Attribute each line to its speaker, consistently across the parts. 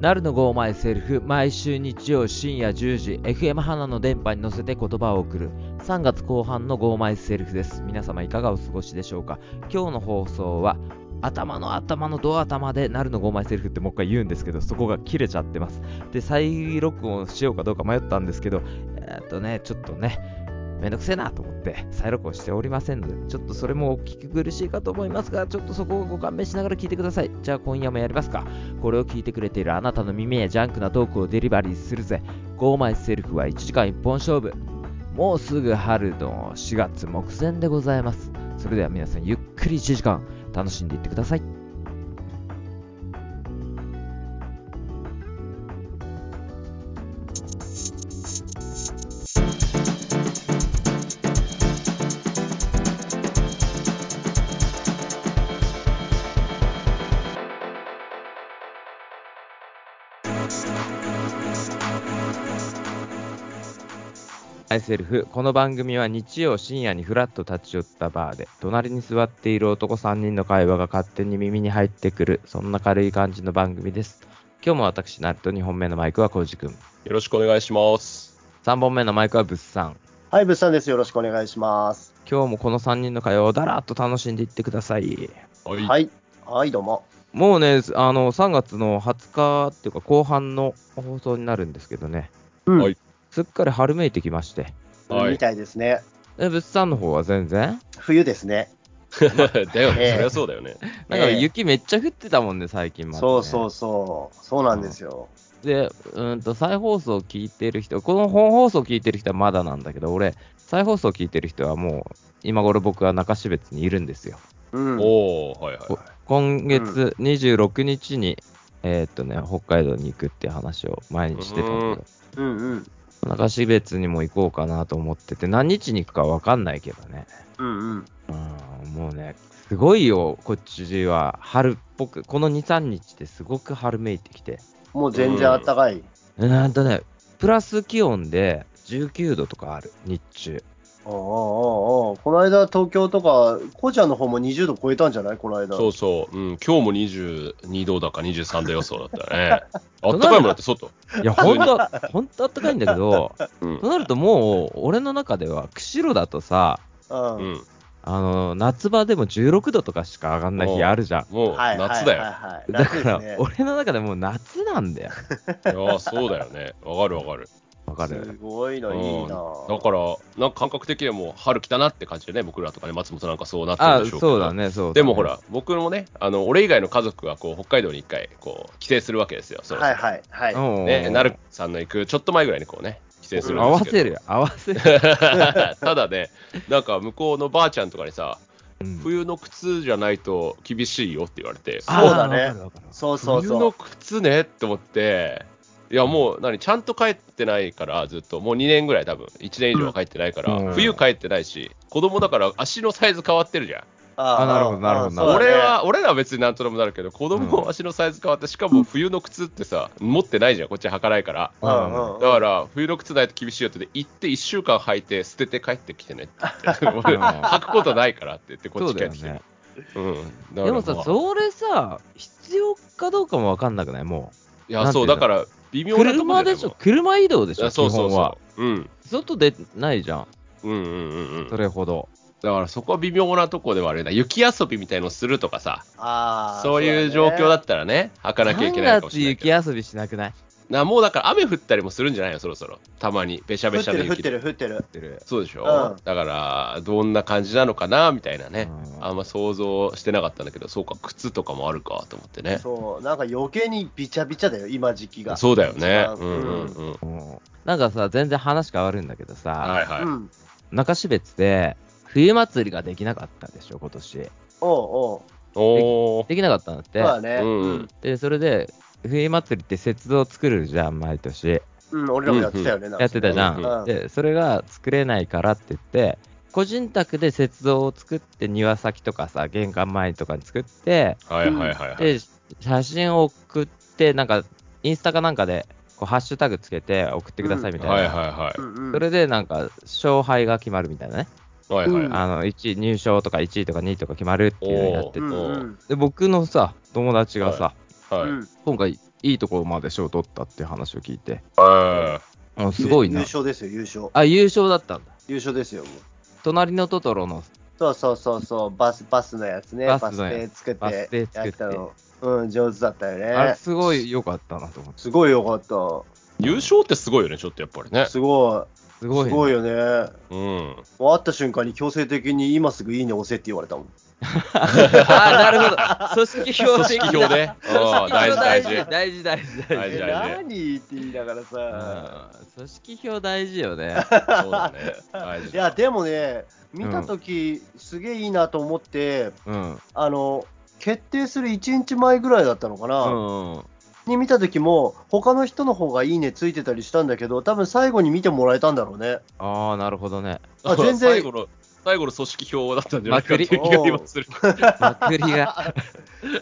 Speaker 1: なるの Go Myself 毎週日曜深夜10時 FM 花の電波に乗せて言葉を送る3月後半の Go Myself です皆様いかがお過ごしでしょうか今日の放送は頭の頭のドア頭でなるの Go Myself ってもう一回言うんですけどそこが切れちゃってますで再録音しようかどうか迷ったんですけどえーっとねちょっとねめんどくせえなと思って再録音しておりませんのでちょっとそれもお聞き苦しいかと思いますがちょっとそこをご勘弁しながら聞いてくださいじゃあ今夜もやりますかこれを聞いてくれているあなたの耳へジャンクなトークをデリバリーするぜ Go Myself は1時間1本勝負もうすぐ春の4月目前でございますそれでは皆さんゆっくり1時間楽しんでいってくださいアイセルフこの番組は日曜深夜にふらっと立ち寄ったバーで隣に座っている男3人の会話が勝手に耳に入ってくるそんな軽い感じの番組です今日も私ナルト2本目のマイクはコウジ君
Speaker 2: よろしくお願いします。
Speaker 1: 3本目のマイクはブッサン
Speaker 3: はい、物産です。よろしくお願いします。
Speaker 1: 今日もこの3人の会話をだらっと楽しんでいってください
Speaker 2: は。
Speaker 3: はいい、はい、どうも。
Speaker 1: もうねあの3月の20日っていうか後半の放送になるんですけどね
Speaker 3: うん
Speaker 2: はい
Speaker 1: すっかり春めいてきまして
Speaker 2: はい
Speaker 3: みたいですね。
Speaker 1: えブッサンの方は全然
Speaker 3: 冬ですね。
Speaker 2: だよね。
Speaker 3: ええ
Speaker 2: そりゃそうだよね。
Speaker 1: なんか
Speaker 3: ええ
Speaker 1: 雪めっちゃ降ってたもんね最近までね
Speaker 3: そうそうそう。そうなんですよ。
Speaker 1: で、うんと、再放送聞いてる人、この本放送聞いてる人はまだなんだけど、俺、再放送聞いてる人はもう、今頃僕は中標別にいるんですよ。
Speaker 3: うん。
Speaker 2: おおはいはい
Speaker 1: お。今月26日に、えーっとね、北海道に行くっていう話を前にしてたんだけ
Speaker 3: うんうん。
Speaker 1: ど、中標別にも行こうかなと思ってて、何日に行くか分かんないけどね。
Speaker 3: うんうん。
Speaker 1: うん、もうね、すごいよ、こっちは。春っぽく、この2、3日ですごく春めいてきて。
Speaker 3: もう全然暖かい。
Speaker 1: うーんとね、プラス気温で19度とかある、日中。
Speaker 3: おうおうおうおうこの間、東京とか、こうちゃんの方も20度超えたんじゃないこの間。
Speaker 2: そうそう。うん、今日も22度だか23度予想だった ね。あったかいもんだって外。
Speaker 1: いや、ほんと、ほんとあったかいんだけど、
Speaker 2: うん
Speaker 1: と。なるともう、俺の中では、釧路だとさ、
Speaker 2: う
Speaker 3: うん。
Speaker 2: ん、
Speaker 1: あの、夏場でも16度とかしか上がんない日あるじゃん。
Speaker 2: もう
Speaker 3: はいはい
Speaker 2: 夏
Speaker 3: は
Speaker 2: だよ。い
Speaker 3: いはい。
Speaker 1: だ
Speaker 3: 夏で
Speaker 1: か
Speaker 3: す
Speaker 1: ら、
Speaker 3: ね。
Speaker 1: 俺の中でもう夏なんだよ。
Speaker 2: やーそうだよね。わかるわかる。
Speaker 1: わか
Speaker 3: す
Speaker 1: る
Speaker 3: ごいの、いいな。
Speaker 2: だから、なんか感覚的にはもう春来たなって感じでね、僕らとかね、松本なんかそうなってる
Speaker 1: あ
Speaker 2: んでしょうけど。
Speaker 1: そうだね、そうだね
Speaker 2: でもほら、僕もね、あの俺以外の家族がこう北海道に一回こう帰省するわけですよ。そう
Speaker 3: はいはいはい。
Speaker 1: うん
Speaker 2: ね、なるさんの行くちょっと前ぐらいにこうね、帰省するんですけど。
Speaker 1: 合わせるよ、合わせる。
Speaker 2: ただね、なんか向こうのばあちゃんとかにさ、
Speaker 1: うん
Speaker 2: 冬の靴じゃないと厳しいよって言われて、
Speaker 3: そうだね
Speaker 1: あーわかるわかる
Speaker 3: そうそう
Speaker 2: 冬の
Speaker 3: そ
Speaker 2: 靴ねって思って、いやもう何、ちゃんと帰ってないから、ずっと、もう2年ぐらい多分、1年以上は帰ってないから、
Speaker 1: うん
Speaker 2: 冬帰ってないし、子供だから足のサイズ変わってるじゃん。
Speaker 3: う。あ
Speaker 1: あなるほどなるほどそうだね
Speaker 2: 俺は、俺らは別になんとでもなるけど、子供は足のサイズ変わって、しかも冬の靴ってさ、持ってないじゃん、こっち履かないから。
Speaker 3: うんうんうん
Speaker 2: だから、冬の靴ないと厳しいよって言って、行って1週間履いて、捨てて帰ってきてねって言 って。俺履くことないからって言って、こっ
Speaker 1: そう
Speaker 2: ち帰
Speaker 1: だ
Speaker 2: っ
Speaker 1: よ
Speaker 2: てきて。
Speaker 1: ね。
Speaker 2: うん。だから
Speaker 1: でもさ
Speaker 2: ま、あ
Speaker 1: それさ、必要かどうかもわかんなくないも
Speaker 2: い
Speaker 1: な
Speaker 2: や、
Speaker 1: んてい
Speaker 2: そうう、
Speaker 1: の
Speaker 2: だから、微
Speaker 1: う。
Speaker 2: 妙なとこ
Speaker 1: 車
Speaker 2: ろ
Speaker 1: でしょ、車移動でし
Speaker 2: そ
Speaker 1: ょ、
Speaker 2: うそう
Speaker 1: 基
Speaker 2: そう
Speaker 1: 本は。
Speaker 2: そう。うん。
Speaker 1: 外出ないじゃん、
Speaker 2: うんうんうんうん。
Speaker 1: それほど。
Speaker 2: だから、そこは微妙なとこではあれだ。雪遊びみたいのするとかさ、
Speaker 3: あー
Speaker 2: そういう状況だったらね、履かなきゃいけないのかもしれないけど。
Speaker 1: 3月雪遊びしなくない
Speaker 2: なもうだから雨降ったりもするんじゃないよ、そろそろ。たまに、べしゃべしゃの
Speaker 3: 降っ
Speaker 2: 雪
Speaker 3: て
Speaker 2: で。
Speaker 3: る降ってる降ってる。
Speaker 2: そうでしょ、
Speaker 3: うん
Speaker 2: だから、どんな感じなのかなみたいなね、
Speaker 1: うん
Speaker 2: あんま想像してなかったんだけど、そうか、靴とかもあるかと思ってね。そ
Speaker 3: そう、なんか余計にびちゃびちゃだよ、今時期
Speaker 2: う
Speaker 3: が。
Speaker 2: だよね。う
Speaker 3: う
Speaker 2: んんうんうん。
Speaker 1: うんなんかさ、全然話変わるんだけどさ、
Speaker 2: はいはい。
Speaker 3: うん。
Speaker 1: 中標津で冬祭りができなかったでしょ、今年。
Speaker 3: おうお
Speaker 2: おー。
Speaker 1: できなかったんだっ
Speaker 3: う。
Speaker 1: て。
Speaker 3: まあね。
Speaker 2: うんう
Speaker 3: うんん。
Speaker 1: で、それで、冬祭りって雪像作るじゃん、毎年。
Speaker 3: うん、俺らもやってたよね、なんか
Speaker 1: やってたじゃ。
Speaker 2: うん
Speaker 3: うん。
Speaker 1: で、それが作れないからって言って、個人宅で雪像を作って、庭先とかさ、玄関前とかに作って、
Speaker 2: はいはいはいはい。
Speaker 1: で、写真を送って、なんか、インスタかなんかで、こう、ハッシュタグつけて送ってくださいみたいな。
Speaker 2: はいはいは
Speaker 3: うんうん
Speaker 1: それで、なんか、勝敗が決まるみたいなね。
Speaker 2: い。はいはい。
Speaker 3: うん
Speaker 1: あの、1位、入賞とか1位とか2位とか決まるっていうのをやって
Speaker 3: う
Speaker 1: て。
Speaker 3: んうん
Speaker 1: で、僕のさ、友達がさ、
Speaker 2: はい。
Speaker 3: うん
Speaker 1: 今回、
Speaker 4: いいところまで賞を取ったっていう話を聞いて、
Speaker 2: あ
Speaker 4: うんすごい
Speaker 3: 優
Speaker 4: な。
Speaker 3: 勝ですよ、優勝。
Speaker 1: あ、優勝だったんだ。
Speaker 3: 優勝ですよ、もう。
Speaker 1: 隣のトトロの、
Speaker 3: そうそうそうそう、バス、バスのやつね。
Speaker 1: バ
Speaker 3: バ
Speaker 1: ス
Speaker 3: ス
Speaker 1: のやつ
Speaker 3: 停作って
Speaker 1: バス停作って
Speaker 3: やったの。うん、上手だったよ
Speaker 4: あれ
Speaker 3: ね。
Speaker 4: すごい良かったなと思って。
Speaker 3: すごいよかった。
Speaker 2: 優勝ってすごいよね、ちょっとやっぱりね。
Speaker 3: すご
Speaker 1: す
Speaker 3: い。
Speaker 1: ごい
Speaker 3: す
Speaker 1: ね、
Speaker 3: ごいよね。
Speaker 2: うん。
Speaker 3: もう会った瞬間に強制的に今すぐいいね押せって言われたもん。
Speaker 1: あ、なるほど。組織票的
Speaker 2: 指揮
Speaker 1: な
Speaker 2: 表ね。
Speaker 1: 組
Speaker 2: うん
Speaker 1: 織
Speaker 2: 大
Speaker 1: 票
Speaker 2: 事大事。
Speaker 1: 大事大事大
Speaker 2: 大
Speaker 1: 事
Speaker 2: 事
Speaker 3: え、
Speaker 2: 大事。
Speaker 3: 何って言いながらさ。
Speaker 1: うん組織票大事よね。
Speaker 2: そうだね。大事。
Speaker 3: いや、でもね、見たとき、すげえいいなと思って、
Speaker 4: うん。
Speaker 3: あの、決定する1日前ぐらいだったのかな、
Speaker 4: うん。
Speaker 3: に見たときも、他の人の方がいいねついてたりしたんだけど、多分最後に見てもらえたんだろうね。
Speaker 4: ああ、なるほどね。
Speaker 3: あ全然
Speaker 2: 最後の、最後の組織票だったんじゃないかっていう気が今する。
Speaker 1: まくりが。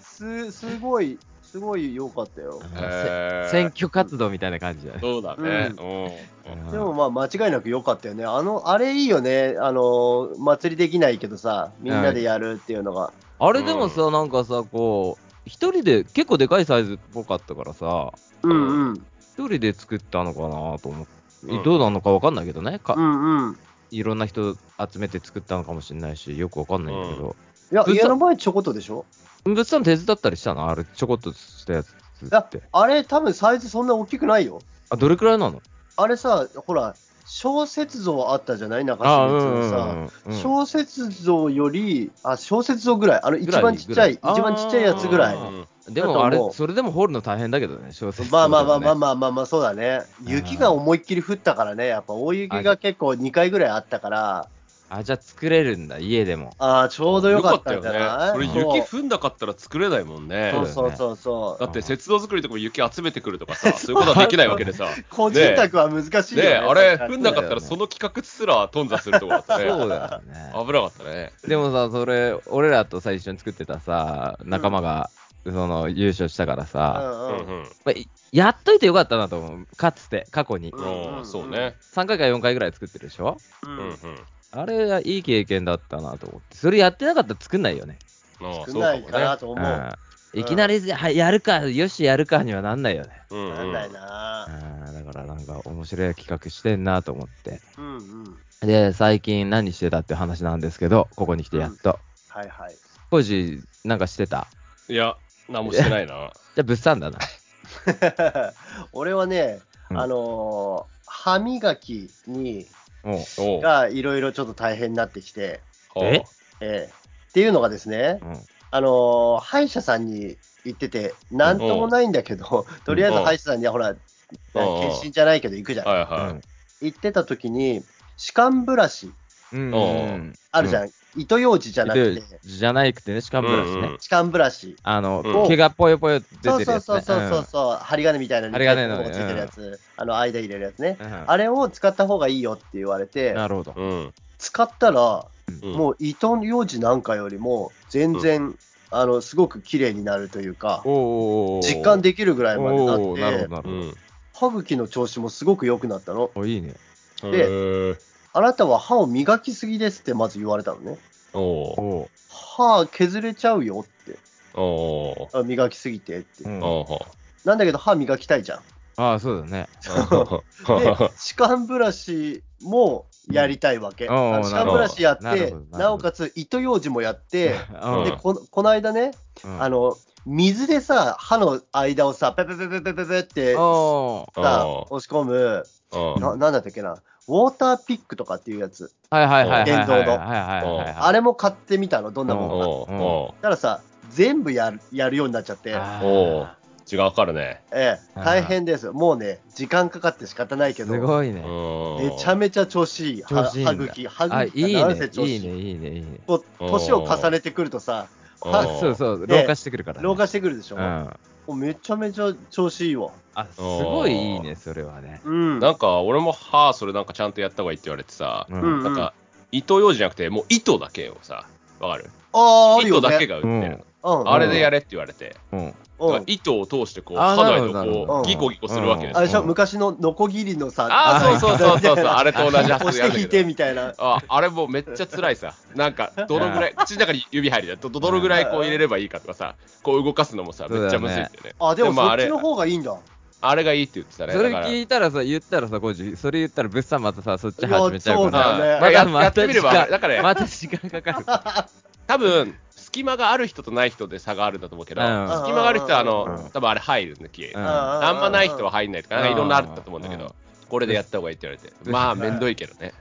Speaker 3: す、すごい、すごい良かったよ。
Speaker 1: せ
Speaker 2: へー
Speaker 1: 選挙活動みたいな感じだね。
Speaker 2: そうだね。うん。うん
Speaker 3: でもまあ間違いなく良かったよね。あの、あれいいよね。あの、祭りできないけどさ、みんなでやるっていうのが。
Speaker 1: あれでもさ、なんかさ、こう、一人で結構でかいサイズっぽかったからさ、
Speaker 3: うんうん。
Speaker 1: 一人で作ったのかなと思って、
Speaker 2: うん
Speaker 1: どうなのかわかんないけどね、か
Speaker 3: うんうん。
Speaker 1: いろんな人集めて作ったのかもしれないし、よくわかんないんだけど、
Speaker 3: いや、
Speaker 1: ぶっ
Speaker 3: 家
Speaker 1: さ
Speaker 3: の前ちょこっとでしょ
Speaker 1: 物産手伝ったりしたのあれ、ちょこっとしたやつ
Speaker 3: い
Speaker 1: っ
Speaker 3: や
Speaker 1: て。、
Speaker 3: あれ多分サイズそんな大きくないよ。
Speaker 1: あ、どれくらいなの
Speaker 3: あれさ、ほら、小雪像あったじゃない中
Speaker 1: あ、
Speaker 3: 州のさ。
Speaker 1: うんうんうん
Speaker 3: 小雪像より、あ、小雪像ぐらい、あの一番ちっちゃい、一
Speaker 1: ぐらいぐらい
Speaker 3: 番ちっちゃいやつぐらい。
Speaker 1: あ
Speaker 2: うん
Speaker 1: でもあ
Speaker 3: だ
Speaker 1: れ
Speaker 3: と思、う
Speaker 1: それでも掘るの大変だけどね、小説、
Speaker 3: まあまあまあまあまあまあまあ、そうだね。雪が思いっきり降ったからね、やっぱ大雪が結構2回ぐらいあったから、
Speaker 1: あ。あ、じゃあ作れるんだ、家でも。
Speaker 3: ああ、ちょうどよかったんじゃない
Speaker 2: よかったよね。これ雪降んなかったら作れないもんね。
Speaker 1: そう
Speaker 3: そうそうそうそう。
Speaker 2: だって、雪道作りとかも雪集めてくるとかさ、そういうことはできないわけで さ。
Speaker 3: 個人宅は難しいよ
Speaker 2: ね
Speaker 3: ね。
Speaker 2: あれ、
Speaker 3: 確か
Speaker 2: 降
Speaker 3: に
Speaker 2: んなかったらその企画すら頓挫するとこだったね。
Speaker 1: そうだよね。
Speaker 2: 危なかったね。
Speaker 1: でもさ、それ、俺らとさ、一緒に作ってたさ、仲間が、その、優勝したからさ、
Speaker 2: うん
Speaker 3: うん
Speaker 2: うん。
Speaker 1: まあいやっといてよかったなと思う。かつて、過去に。
Speaker 3: うんうん
Speaker 2: うんそうね。
Speaker 1: 3回か4回ぐらい作ってるでしょ
Speaker 2: うん
Speaker 3: う
Speaker 2: うんん。
Speaker 1: あれはいい経験だったなと思って。それやってなかったら作んないよね。
Speaker 2: ああ
Speaker 3: 少ないかなと
Speaker 1: う。
Speaker 3: 思う。なん
Speaker 1: いきなり、はい、やるか、よし、やるかにはなんないよね。
Speaker 2: そうかもね
Speaker 3: んない
Speaker 1: あ
Speaker 3: な。
Speaker 1: ーだからなんか面白い企画してんなと思って。
Speaker 3: うんうん。
Speaker 1: で、最近何してたって話なんですけど、ここに来てやっと。
Speaker 3: はいはい。
Speaker 1: コージ、なんかしてた
Speaker 2: いや、何もして ないな。
Speaker 1: じゃあ、物産だな。
Speaker 3: 俺はね、
Speaker 1: うん
Speaker 3: あのー歯磨きに
Speaker 1: もう。
Speaker 2: おう
Speaker 3: がいろいろちょっと大変になってきて、
Speaker 1: え
Speaker 3: ええっていうのがですね、
Speaker 1: うん
Speaker 3: あのー歯医者さんに行ってて、なんともないんだけど、 とりあえず歯医者さんにはほら、検診じゃないけど行くじゃん。
Speaker 2: はいは
Speaker 3: 行ってた時に、歯間ブラシ
Speaker 1: うん
Speaker 2: おう
Speaker 1: うん
Speaker 3: あるじゃん。糸ようじじゃなくて、
Speaker 1: じゃないくてね、しか
Speaker 2: い。
Speaker 1: もブラシね。
Speaker 2: うん
Speaker 3: 歯間ブラシ。
Speaker 1: あの、
Speaker 2: うん
Speaker 1: 毛がぽよぽよ出てる
Speaker 3: そう
Speaker 1: やつ、ね。
Speaker 3: そうそうそうそうそう、針金みたいなのに
Speaker 1: 針金のね
Speaker 3: こうついてるやつ、あの間入れるやつね。
Speaker 1: うんうん
Speaker 3: あれを使った方がいいよって言われて、
Speaker 1: なるほど。
Speaker 2: うん。
Speaker 3: 使ったら、
Speaker 2: うん
Speaker 3: もう糸ようじなんかよりも、全然、あの、すごく綺麗になるというか、
Speaker 1: お
Speaker 3: 実感
Speaker 1: で
Speaker 3: できるぐらいまでな
Speaker 1: おーなる
Speaker 3: っ
Speaker 1: ほ
Speaker 3: て
Speaker 1: ど、なるほ
Speaker 2: う
Speaker 1: ど。
Speaker 2: ん。
Speaker 3: 歯茎の調子もすごく良くなったの。
Speaker 1: おいいね。
Speaker 3: で
Speaker 2: へー
Speaker 3: あなたは歯を磨きすぎですってまず言われたのね。
Speaker 2: おう
Speaker 1: おう
Speaker 3: 歯削れちゃうよって。
Speaker 2: おう
Speaker 3: あ磨きすぎてって。
Speaker 1: うん
Speaker 2: おうおう
Speaker 3: なんだけど歯磨きたい じゃん。
Speaker 1: ああ、そうだね。
Speaker 3: で、歯間ブラシもやりたいわけ。
Speaker 1: うんおー
Speaker 3: あの歯間ブラシやっ
Speaker 1: なるほ
Speaker 3: て
Speaker 1: どなるほ、ど
Speaker 3: なおかつ糸ようじもやって、
Speaker 1: うん
Speaker 3: でこのこの間ね、
Speaker 1: うん
Speaker 3: あの、水でさ、歯の間をさ、ペペペペペペペって
Speaker 1: おう
Speaker 3: さ
Speaker 2: お、ー
Speaker 3: 押し込む、
Speaker 2: うん
Speaker 3: ななんだったっけな、ウォーターピックとかっていうやつ、
Speaker 1: はいはいはいはいはい。
Speaker 3: 電動
Speaker 1: はいはい
Speaker 3: の
Speaker 1: はいはい。
Speaker 3: あれも買ってみたの、どんなもんか。
Speaker 2: おうお
Speaker 3: たださ、全部やるやるようになっちゃって、
Speaker 1: あー
Speaker 2: おうう違うからね。
Speaker 3: ええ、
Speaker 1: あー
Speaker 3: 大変です。もうね、時間かかって仕方ないけ
Speaker 1: す
Speaker 3: ど、
Speaker 1: ごいね。
Speaker 2: め
Speaker 3: めちゃめちゃ調子いい。
Speaker 1: 調
Speaker 3: は
Speaker 1: 子いいんだ
Speaker 3: 歯茎、歯
Speaker 1: あ、い
Speaker 3: 茎
Speaker 1: い
Speaker 3: が
Speaker 1: ね
Speaker 3: 何せ。調子
Speaker 1: い
Speaker 3: いい
Speaker 1: いね、いいね、いいね。
Speaker 3: こう年を重ねてくるとさ、
Speaker 1: あ
Speaker 3: お
Speaker 1: そうそう、
Speaker 3: で
Speaker 1: 老化してくるからね。
Speaker 3: 老化してくるでしょ。
Speaker 1: うん。あ、
Speaker 3: もうめちゃめちゃ調子いいわ。
Speaker 1: すごいいいね、それはね。
Speaker 3: うん。
Speaker 2: なんか俺も歯それなんかちゃんとやった方がいいって言われてさ、
Speaker 1: う
Speaker 3: うんん
Speaker 2: なんか糸用じゃなくてもう糸だけをさわかる
Speaker 3: ああ、あるよ、
Speaker 2: 糸
Speaker 3: ね。
Speaker 2: だけが売ってるの、
Speaker 1: うん
Speaker 3: うん
Speaker 2: あれでやれって言われて、
Speaker 1: うん。
Speaker 2: だか
Speaker 3: う
Speaker 2: ら
Speaker 3: ん
Speaker 2: 糸を通してこう、
Speaker 1: あ
Speaker 2: 家
Speaker 1: ーなるほ
Speaker 2: 内
Speaker 1: ど
Speaker 2: と
Speaker 3: なるほ
Speaker 2: こう、
Speaker 3: ど
Speaker 2: ギコギコするわけですよ。
Speaker 3: あれでしょ昔のノコギリのさ、
Speaker 2: あーそうそうそうそうそう、あれと同じやつ
Speaker 3: 押
Speaker 2: や
Speaker 3: し
Speaker 2: るんだけ
Speaker 3: て引いて
Speaker 2: ど。
Speaker 3: みたいな。
Speaker 2: ああれもうめっちゃ辛いさ、なんかどのぐらい、口の中に指入りだどどのぐらいこう入れればいいかとかさ、こう動かすのもさ、めっちゃむずいんだよね。
Speaker 3: あ、でも
Speaker 2: まあ
Speaker 3: そ
Speaker 2: あ
Speaker 3: っ
Speaker 2: れ
Speaker 3: ちの方がいいんだ。
Speaker 2: あれがいいって言ってたね。
Speaker 1: それ
Speaker 2: だから
Speaker 1: 聞いたらさ、言ったらさ、コージ、それ言ったら、ぶっさんまたさ、そっち始めちゃう
Speaker 2: ま
Speaker 1: か
Speaker 3: いや
Speaker 2: あ
Speaker 3: そうだよね
Speaker 2: まあや
Speaker 1: また
Speaker 2: やってみれば、
Speaker 1: また。
Speaker 2: だからら、
Speaker 1: また時間かかる。
Speaker 2: 多分隙間がある人とない人で差があるんだと思うけど、
Speaker 1: うん
Speaker 2: 隙間がある人はあの、
Speaker 1: うん
Speaker 2: 多分あれ入るんだき、
Speaker 1: うん
Speaker 2: あんまない人は入んないとか、なんか
Speaker 1: うん
Speaker 2: いろんなあるんだと思うんだけど、
Speaker 1: うん
Speaker 2: これでやった方がいいって言われて、まあめんどいけどね。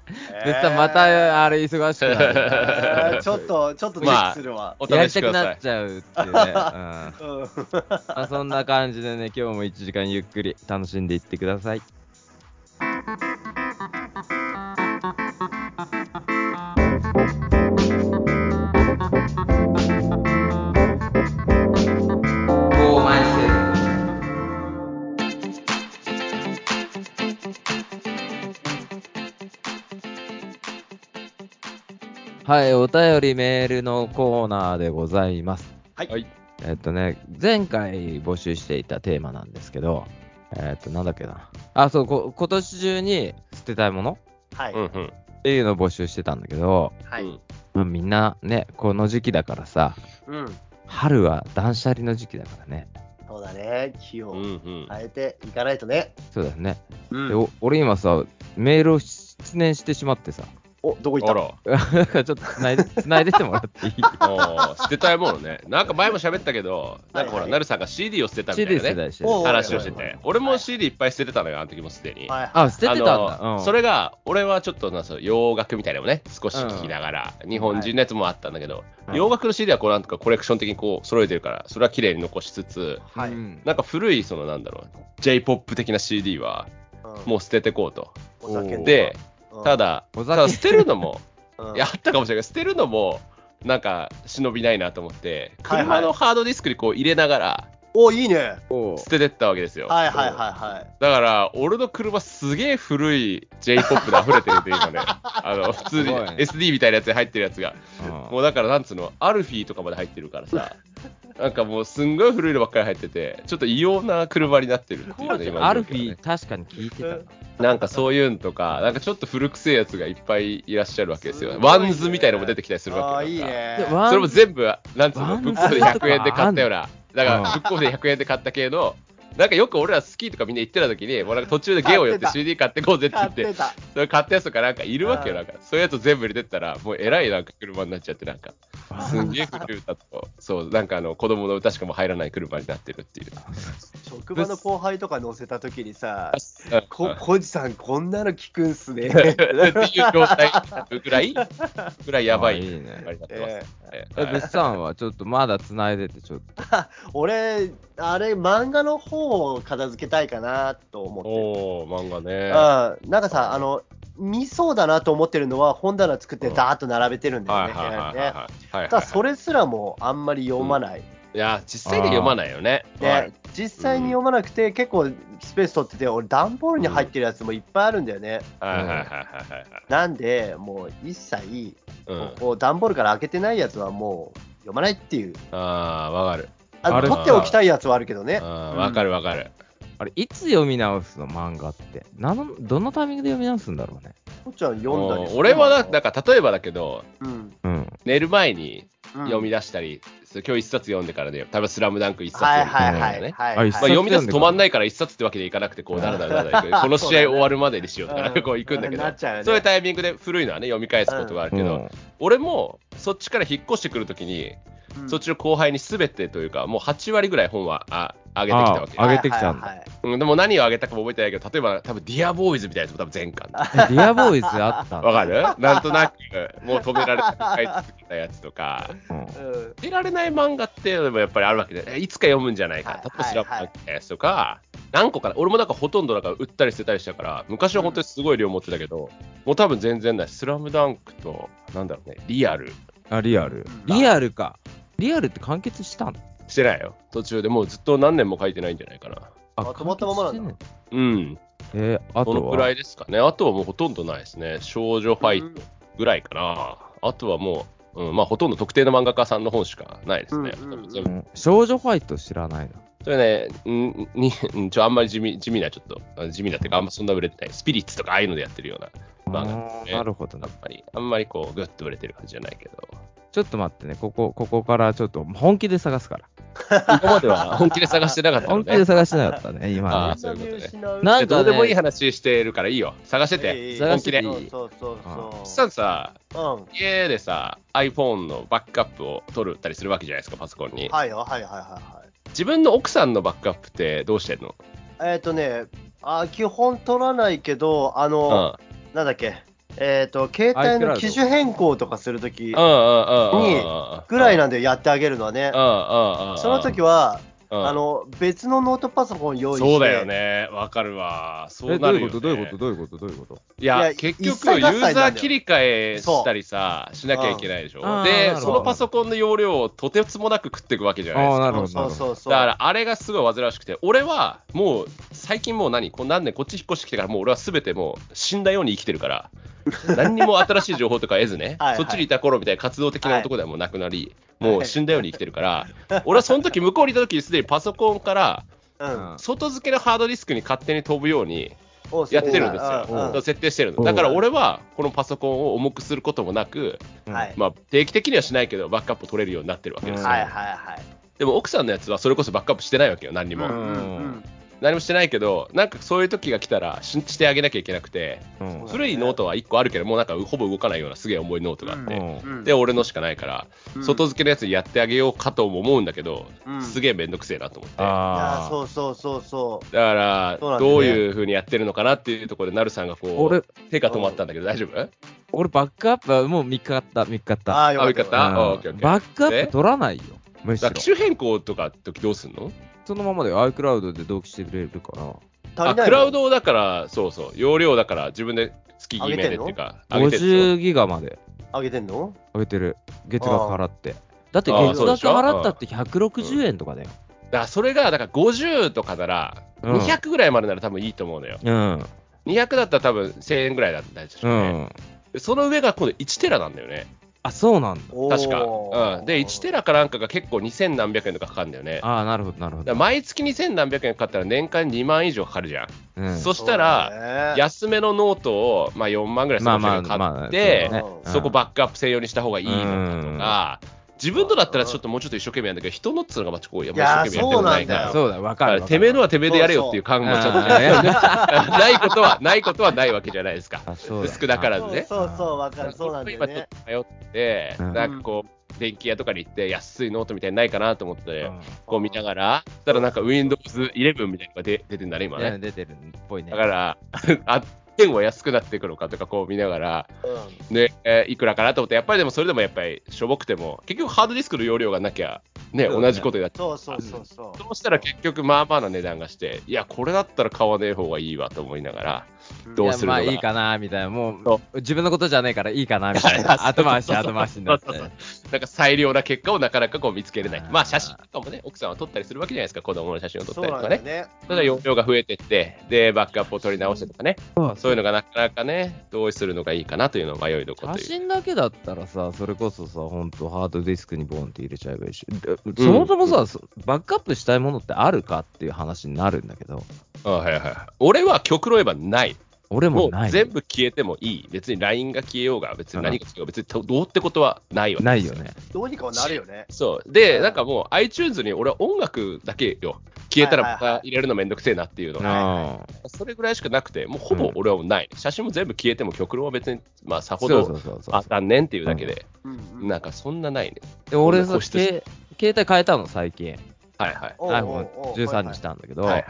Speaker 1: ぶっさんまた、あれ忙しくなる。
Speaker 3: えーちょっと、ちょっとチェックするわ。
Speaker 2: お
Speaker 1: や
Speaker 2: 試
Speaker 1: り
Speaker 2: したくだ
Speaker 1: く
Speaker 2: さ
Speaker 1: なっ
Speaker 2: い。
Speaker 1: ちゃうっていうね。うん。ま
Speaker 3: うん
Speaker 1: あ、そんな感じでね、今日も1時間ゆっくり楽しんでいってください。はい、お便りメールのコーナーでございます。
Speaker 3: はい
Speaker 2: はい
Speaker 1: えっとね、前回募集していたテーマなんですけど、えっと、なんだっけな。あ、そう、こ今年中に捨てたいもの
Speaker 3: はい
Speaker 2: うんうん。
Speaker 1: っていうのを募集してたんだけど、
Speaker 3: は
Speaker 2: う
Speaker 3: い。
Speaker 2: ん
Speaker 1: まあ、みんなね、この時期だからさ、
Speaker 3: うん。
Speaker 1: 春は断捨離の時期だからね。
Speaker 3: そうだね。気
Speaker 2: う
Speaker 3: を
Speaker 2: んうん。
Speaker 3: 変えていかないとね。
Speaker 1: そうだよね。
Speaker 3: う
Speaker 1: で
Speaker 3: ん
Speaker 1: お俺今さ、メールを失念してしまってさ、
Speaker 3: お、どこ行
Speaker 2: あ
Speaker 3: った
Speaker 2: ら、
Speaker 1: だからちょっとつないでつないでってもら っていい
Speaker 2: あー捨てたいものね。なんか前も喋ったけど、なんかほ
Speaker 3: はいは
Speaker 2: ら、
Speaker 3: い
Speaker 2: なるさんが CD を捨てたみたい
Speaker 1: ?CD
Speaker 2: な
Speaker 1: 捨て
Speaker 2: ね、
Speaker 1: たりして
Speaker 3: おうおう
Speaker 2: 話をしてて、俺
Speaker 3: は
Speaker 2: も
Speaker 3: い
Speaker 2: CD いっぱい捨ててたのよ、あの時もすでに。
Speaker 3: はいはい
Speaker 1: あ、捨ててたんだ。
Speaker 2: あの
Speaker 1: うん、
Speaker 2: それが俺はちょっとなそう洋楽みたいなのもね少し聴きながら、日本人のやつもあったんだけど、
Speaker 1: はい
Speaker 2: 洋楽の CD はこうなんとかコレクション的にこう揃えてるからそれは綺麗に残しつつ
Speaker 3: はい
Speaker 1: うん
Speaker 2: なんか古いそのなんだろう j p o p 的な CD はもう捨ててこうと、
Speaker 3: うんお酒の
Speaker 2: でた、だ
Speaker 1: お
Speaker 2: た
Speaker 1: 酒
Speaker 2: だ捨てるのも
Speaker 3: うんうん
Speaker 2: やったかもしれないけど捨てるのもなんか忍びないなと思って
Speaker 3: はいはい
Speaker 2: 車のハードディスクにこう入れながら
Speaker 3: お、いいね。
Speaker 1: おう
Speaker 2: 捨ててったわけですよ、
Speaker 3: はいはいはいはい。
Speaker 2: だから、俺の車すげえ古い J-POP で溢れてるんで、今 ね。あの、普通に
Speaker 1: すごいね
Speaker 2: SD みたいなやつに入ってるやつが。
Speaker 1: うん
Speaker 2: もうだから、なんつうの、アルフィーとかまで入ってるからさ。なんかもうすんごい古いのばっかり入ってて、ちょっと異様な車になってるっていうね、今の状況はね
Speaker 1: アルフィー、確かに聞いてたな。
Speaker 2: なんかそういうのとか、なんかちょっと古くせえやつがいっぱいいらっしゃるわけです
Speaker 3: す
Speaker 2: よ。
Speaker 3: ごいね
Speaker 2: ワンズみたいなのも出てきたりする
Speaker 3: あ
Speaker 2: わ
Speaker 3: あ
Speaker 2: け
Speaker 3: ー、いい
Speaker 2: よ。
Speaker 1: で
Speaker 3: ね。
Speaker 1: ワン
Speaker 2: それも全部、なんつう
Speaker 1: ワ
Speaker 2: の、
Speaker 1: ン
Speaker 2: ブックオフで100円で買ったような。だから
Speaker 1: うん、
Speaker 2: ブックオフで100円で買った系の、なんかよく俺らスキーとかみんな行ってた時に、もうなんか途中でゲオ寄って
Speaker 3: 買ってた
Speaker 2: CD 買ってこうぜって言
Speaker 3: 買
Speaker 2: っ
Speaker 3: ってて、た。
Speaker 2: それ買ったやつとかなんかいるわけよ、
Speaker 3: あ
Speaker 2: な
Speaker 3: ー
Speaker 2: んか。そういうやつ全部入れてったら、もうえらいなんか車になっちゃって、なんか。すんげえ古い歌とか、そう、なんかあの、子供の歌しかも入らない車になってるってい う。
Speaker 3: 職場の後輩とか乗せた時にさ、
Speaker 2: うん
Speaker 3: こ、
Speaker 2: っ
Speaker 3: こじさんこんなの聞くん すね。
Speaker 2: ていう状態ぐ らい、ぐらいやば
Speaker 1: あ
Speaker 2: い。
Speaker 1: いいね
Speaker 2: あれになってます
Speaker 3: えー
Speaker 2: ね
Speaker 1: え、物産はちょっとまだつないでて、ちょっと。
Speaker 3: 俺、あれ、漫画の方を片付けたいかなと思ってる。
Speaker 2: おお漫画ね。
Speaker 3: うん、なんかさ、あの、見そうだなと思ってるのは本棚作って
Speaker 2: うん
Speaker 3: ダーッと並べてるんだよ
Speaker 2: はい
Speaker 3: ね。
Speaker 2: はいはいはい
Speaker 3: 部屋にね
Speaker 2: はいはい。
Speaker 3: ただそれすらもあんまり読まない。
Speaker 2: いや、実際に読まないよね。はい
Speaker 3: で、実際に読まなくて、結構スペース取ってて、俺、段ボールに入ってるやつもいっぱいあるんだよね。
Speaker 2: はいはいはいはいはいはい。
Speaker 3: なんで、もう一切、
Speaker 2: うん、
Speaker 3: こう段ボールから開けてないやつはもう読まないっていう。
Speaker 2: ああー、わかる。
Speaker 3: あの
Speaker 1: あれ
Speaker 3: 取っておきたいやつはあるけどね。
Speaker 2: あーわかるわかる。
Speaker 1: あれ、いつ読み直すの漫画って。なのどのタイミングで読み直すんだろうね。
Speaker 3: こっちゃん読んだりす
Speaker 2: うん
Speaker 3: る
Speaker 2: 俺はななん、か例えばだけど、
Speaker 3: うん
Speaker 1: うん。
Speaker 2: 寝る前に
Speaker 3: うん
Speaker 2: 読み出したり、そう今日一冊読んでからね、多分スラムダンク一冊
Speaker 3: はい
Speaker 2: 読んでみたい
Speaker 3: はいはい
Speaker 2: なね。
Speaker 3: はいは
Speaker 1: あ
Speaker 3: い。
Speaker 1: 一
Speaker 2: まあ、
Speaker 1: 冊
Speaker 2: 読み出す止まんないから一冊ってわけにいかなくて、こう、だらだらだらだら、この試合終わるまでにしようとか、なんかこう行くんだけど
Speaker 3: な、っちゃうよね
Speaker 2: そういうタイミングで古いのはね、読み返すことがあるけど、
Speaker 1: うん
Speaker 2: 俺もそっちから引っ越してくるときに、
Speaker 3: うん
Speaker 2: そっちの後輩に全てというか、もう8割ぐらい本はあ上げてきたわけよ
Speaker 1: あ上げてきたんだ
Speaker 3: はいはいはい
Speaker 2: うん、でも何をあげたかも覚えてないけど、例えば、多分ディアボーイズみたいなやつも多分全巻だ。
Speaker 1: えリアボーイズあった
Speaker 2: わ
Speaker 1: の
Speaker 2: かるなんとなく、もう止められた、書い続けたやつとか、
Speaker 1: うん
Speaker 3: うん
Speaker 2: 捨てられない漫画っていうのもやっぱりあるわけで、えいつか読むんじゃないか、
Speaker 3: はい
Speaker 2: 例えばスラム
Speaker 3: は
Speaker 2: ダ
Speaker 3: いは
Speaker 2: ン
Speaker 3: い
Speaker 2: クのやつとか、何個かな、俺もなんかほとんどなんか売ったり捨てたりしたから、昔は本当にすごい量持ってたけど、もう多分全然ない、スラムダンクと、なんだろうね、リアル
Speaker 1: あ、リアル。リアルか。リアルって完結したの
Speaker 2: してないよ、途中でもうずっと何年も書いてないんじゃないかな。
Speaker 3: あ止まったままなんだ
Speaker 1: 完結して
Speaker 2: うん、
Speaker 1: ねえー、あ
Speaker 2: その
Speaker 1: と
Speaker 2: くら
Speaker 1: はい
Speaker 2: ですかね。あとはもうほとんどないですね。少女ファイト
Speaker 3: うん
Speaker 2: ぐらいかな。あとはもうん、まあほとんど特定の漫画家さんの本しかないですね。
Speaker 3: うんうんうん
Speaker 2: 全
Speaker 1: う
Speaker 2: 部
Speaker 1: ん少女ファイト知らないの。
Speaker 2: それね、んにんちょあんまり地味地味な、ちょっと、あ地味なっていうか、あんまそんな売れてない。スピリッツとかああいうのでやってるような漫画
Speaker 1: あーなるほど
Speaker 2: あ
Speaker 1: ね
Speaker 2: ん。まり、あんまりこう、ぐっと売れてる感じじゃないけど。
Speaker 1: ちょっと待ってね、ここ、ここからちょっと本気で探すから。
Speaker 2: 今までは本気で探してなかったの
Speaker 1: 本気
Speaker 2: ね
Speaker 1: で。探してなかったね、今
Speaker 2: あ
Speaker 1: ね
Speaker 2: ー。そういうことね
Speaker 1: な
Speaker 3: なん
Speaker 2: で
Speaker 1: かね
Speaker 2: どうでもいい話してるからいいよ。探してて。
Speaker 3: て
Speaker 1: 探
Speaker 2: してて
Speaker 3: そうそうそう
Speaker 2: プ
Speaker 3: そ
Speaker 2: さ
Speaker 3: う。
Speaker 2: んさ、
Speaker 3: うん。
Speaker 2: 家でさ、iPhone のバックアップを取るったりするわけじゃないですか、パソコンに。
Speaker 3: はいよはいはいは
Speaker 2: 自分の奥さんのバックアップってどうしてんの
Speaker 3: いはい。えっ、とね、あ基本取らないけど、あ
Speaker 2: うん。うんうん
Speaker 3: の、なんだっけ、えっ、と、携帯の機種変更とかするとき
Speaker 2: うんうん
Speaker 3: に
Speaker 2: うん。
Speaker 3: ぐらい
Speaker 2: な。
Speaker 3: なんでやってあげるのはね
Speaker 2: う、んうんうんうん。
Speaker 3: その時は、
Speaker 2: うん
Speaker 3: あの別のノートパソコン用意して、
Speaker 2: そうだよね。わかるわ。そう
Speaker 1: えど
Speaker 2: な
Speaker 1: う
Speaker 2: る
Speaker 1: いう
Speaker 2: よ、
Speaker 1: こと
Speaker 2: ね。
Speaker 1: どういうことどういうことどういうこと
Speaker 2: いや、
Speaker 3: いや
Speaker 2: 結
Speaker 3: 一
Speaker 2: 局、ユ
Speaker 3: 切合切な
Speaker 2: ー
Speaker 3: ん
Speaker 2: ザ
Speaker 3: だよ
Speaker 2: ー切り替えしたりさ、しなきゃいけないでしょ
Speaker 1: あ。ーなる
Speaker 2: で、
Speaker 1: ほど
Speaker 2: そのパソコンの容量をとてつもなく食っていくわけじゃないです
Speaker 1: あ
Speaker 2: か。
Speaker 1: あ、なるほど。な
Speaker 3: そ
Speaker 1: る
Speaker 3: う
Speaker 1: ほど
Speaker 3: そうそう。
Speaker 2: だから、あれがすごい煩わしくて、俺はもう、最近もう何、こう何年こっち引っ越してきてから、もう俺はすべてもう死んだように生きてる から、何にも新しい情報とか得ずね
Speaker 3: はいは、い
Speaker 2: そっちにいた頃みたいな活動的な男ではもうなくなり、
Speaker 3: はい
Speaker 2: もう死んだように生きてるから、俺はその時向こうにいた時にすでにパソコンから、
Speaker 3: うん
Speaker 2: 外付けのハードディスクに勝手に飛ぶように
Speaker 3: お
Speaker 2: やってるんです
Speaker 3: そう
Speaker 2: よ
Speaker 3: だ。
Speaker 2: そう設定してる
Speaker 1: う
Speaker 2: の。
Speaker 1: ん
Speaker 2: だから俺は、このパソコンを重くすることもなく、
Speaker 3: うんはい
Speaker 2: まあ、定期的にはしないけど、バックアップ取れるようになってるわけですよ。
Speaker 3: はいはいはい。
Speaker 2: でも奥さんのやつはそれこそバックアップしてないわけよ、何に
Speaker 3: う
Speaker 2: も。
Speaker 3: んうんうん
Speaker 2: 何もしてないけど、なんかそういう時が来たら、ししてあげなきゃいけなくて、
Speaker 1: うん
Speaker 3: そうだね
Speaker 2: 古いノートは1個あるけど、もうなんかほぼ動かないようなすげえ重いノートがあっ
Speaker 1: う
Speaker 2: て、
Speaker 1: ん
Speaker 3: うん
Speaker 2: で、俺のしかないから、
Speaker 3: うん
Speaker 2: 外付けのやつやってあげようかとも思うんだけど、
Speaker 3: うん
Speaker 2: すげえめんどくせえなと思って。だ
Speaker 3: いや
Speaker 1: ああ。
Speaker 3: そうそうそうそう。
Speaker 2: から、
Speaker 3: そうなんだよね
Speaker 2: どういう風にやってるのかなっていうところで、なるさんがこ
Speaker 1: 俺
Speaker 2: う、、手が止まったんだけど、大丈夫
Speaker 1: 俺バックアップはもう3日あった、3日あった。
Speaker 3: ああ、
Speaker 2: あ、
Speaker 3: よかっ
Speaker 2: よか
Speaker 3: たよ
Speaker 2: っ
Speaker 3: かった
Speaker 2: た
Speaker 1: うん
Speaker 2: あオッケーオッケー
Speaker 1: バックアッ
Speaker 2: で
Speaker 1: プ取らないよ。むし
Speaker 2: だ
Speaker 1: ろ
Speaker 2: から。機種変更とか時どうすんの
Speaker 1: そのままで iCloud で同期してくれるから。
Speaker 2: あ
Speaker 3: 足りないの
Speaker 2: クラウドをだから、そうそう、容量だから自分で月決めでっていうか、上げてる
Speaker 1: 50ギガまで
Speaker 3: 上げてんの
Speaker 1: 上げてる。月額払って。だって
Speaker 2: あー
Speaker 1: 月
Speaker 2: そうでし
Speaker 1: 額
Speaker 2: ょ
Speaker 1: 払ったって160円とかだよ。
Speaker 2: だからそれが、だから50とかなら、
Speaker 1: うん
Speaker 2: 200ぐらいまでなら多分いいと思うのよ。
Speaker 1: うん。
Speaker 2: 200だったら多分1000円ぐらいだったでしょ
Speaker 1: う
Speaker 2: うね。
Speaker 1: ん。
Speaker 2: でその上が今度1テラなんだよね。
Speaker 1: あ、そうなんだ。
Speaker 2: 確か。うん、で、1テラかなんかが結構2000何百円とかかかるんだよね。
Speaker 1: ああ、なるほど、なるほ
Speaker 2: だから
Speaker 1: ど。
Speaker 2: 毎月2000何百円かかったら年間2万以上かかるじゃん。
Speaker 1: うん
Speaker 2: そしたら、
Speaker 3: や
Speaker 2: 安めのノートを、まあ、4万ぐらいする
Speaker 1: まあ
Speaker 2: も
Speaker 1: ま
Speaker 2: の買
Speaker 1: あ
Speaker 2: って、
Speaker 1: まあ、うだね
Speaker 2: そこバックアップ専用にした方がいいのかとか、自分のだったらちょっともうちょっと一生懸命やんだけど、人のっつうのがまちこう、いやもう一生懸命やってもないから
Speaker 3: いや
Speaker 1: そうだ、わ
Speaker 2: だ
Speaker 1: か
Speaker 2: か
Speaker 1: る
Speaker 2: ら。てめえの
Speaker 1: は、
Speaker 2: はてめえでやれよっていう考えもちゃんと
Speaker 1: あーいや
Speaker 2: ないことは、ないことはないわけじゃないですか。
Speaker 1: あそうだよな
Speaker 2: 少なからずね。
Speaker 3: そうそう、わかる。そうなんだよ
Speaker 2: 今ちょっ
Speaker 3: ね。
Speaker 2: と通って、
Speaker 1: うん
Speaker 2: なんかこう、電気屋とかに行って、安いノートみたいにないかなと思って、
Speaker 1: うん
Speaker 2: こう見ながら、そしたらなんか Windows11 みたいなのが出出てんだね、今
Speaker 1: いや
Speaker 2: ね。
Speaker 1: 出てるっぽいね。
Speaker 2: だから、 あ点は安くなっていくのかとか、こう見ながら、
Speaker 3: うん
Speaker 2: で、えーいくらかなと思って、やっぱりでもそれでもやっぱりしょぼくても、結局ハードディスクの容量がなきゃ、ね、
Speaker 1: そうだね
Speaker 2: 同じことになっちゃう。
Speaker 3: そうそうそうそう。
Speaker 2: そうしたら結局まあまあな値段がして、いや、これだったら買わねえ方がいいわと思いながら、
Speaker 3: うん
Speaker 2: どうするの
Speaker 1: いや
Speaker 2: が
Speaker 1: まあいいかな、みたいな。も、
Speaker 2: そう
Speaker 1: 自分のことじゃねえからいいかな、み たい
Speaker 2: いや
Speaker 1: な。後回し、後回しになって
Speaker 2: そう。そうなんか最良な結果をなかなかこう見つけれない。
Speaker 1: あー
Speaker 2: まあ写真とかもね、奥さんは撮ったりするわけじゃないですか、子供の写真を撮っ
Speaker 3: そ
Speaker 2: た
Speaker 3: う
Speaker 2: りと
Speaker 3: なん
Speaker 2: か
Speaker 3: だよ
Speaker 2: ね。
Speaker 3: ね。
Speaker 2: ただ容量が増えてって、で、バックアップを取り直してとかね、そういうのがなかなかね、同意するのがいいかなというのが迷いどころ
Speaker 1: 写
Speaker 2: という。
Speaker 1: 真だけだったらさ、それこそさ、ほんとハードディスクにボンって入れちゃえばいいし、でそもそもさ、そバックアップしたいものってあるかっていう話になるんだけど、
Speaker 2: あはいはいはい。俺は極論言えばない。
Speaker 1: 俺
Speaker 2: も
Speaker 1: も
Speaker 2: う
Speaker 1: ない。
Speaker 2: 全部消えてもいい。別に LINE が消えようが、別に何が消えようが、別にどうってことはないわけ
Speaker 1: ないよね。
Speaker 3: どうにかはなるよね。
Speaker 2: そう。で、なんかもう iTunes に俺は音楽だけよ。消えたらま
Speaker 3: はいはいは
Speaker 2: た
Speaker 3: い
Speaker 2: 入れるのめんどくせえなっていうの
Speaker 1: う
Speaker 2: が、
Speaker 1: ん
Speaker 2: それぐらいしかなくて、もうほぼ俺はもうない。写真も全部消えても極論は別に、まあさ
Speaker 1: そ
Speaker 2: ほ
Speaker 1: うそ
Speaker 2: ど
Speaker 1: うそうそう
Speaker 2: あかんねんっていうだけで、
Speaker 3: うんうん
Speaker 2: なんかそんなないね。
Speaker 1: で俺さ、
Speaker 2: 個室
Speaker 1: け携帯変えたの、最近。
Speaker 2: はいはい。
Speaker 3: おうおうおう
Speaker 1: iPhone13 にしたんだけど、
Speaker 2: はいはい。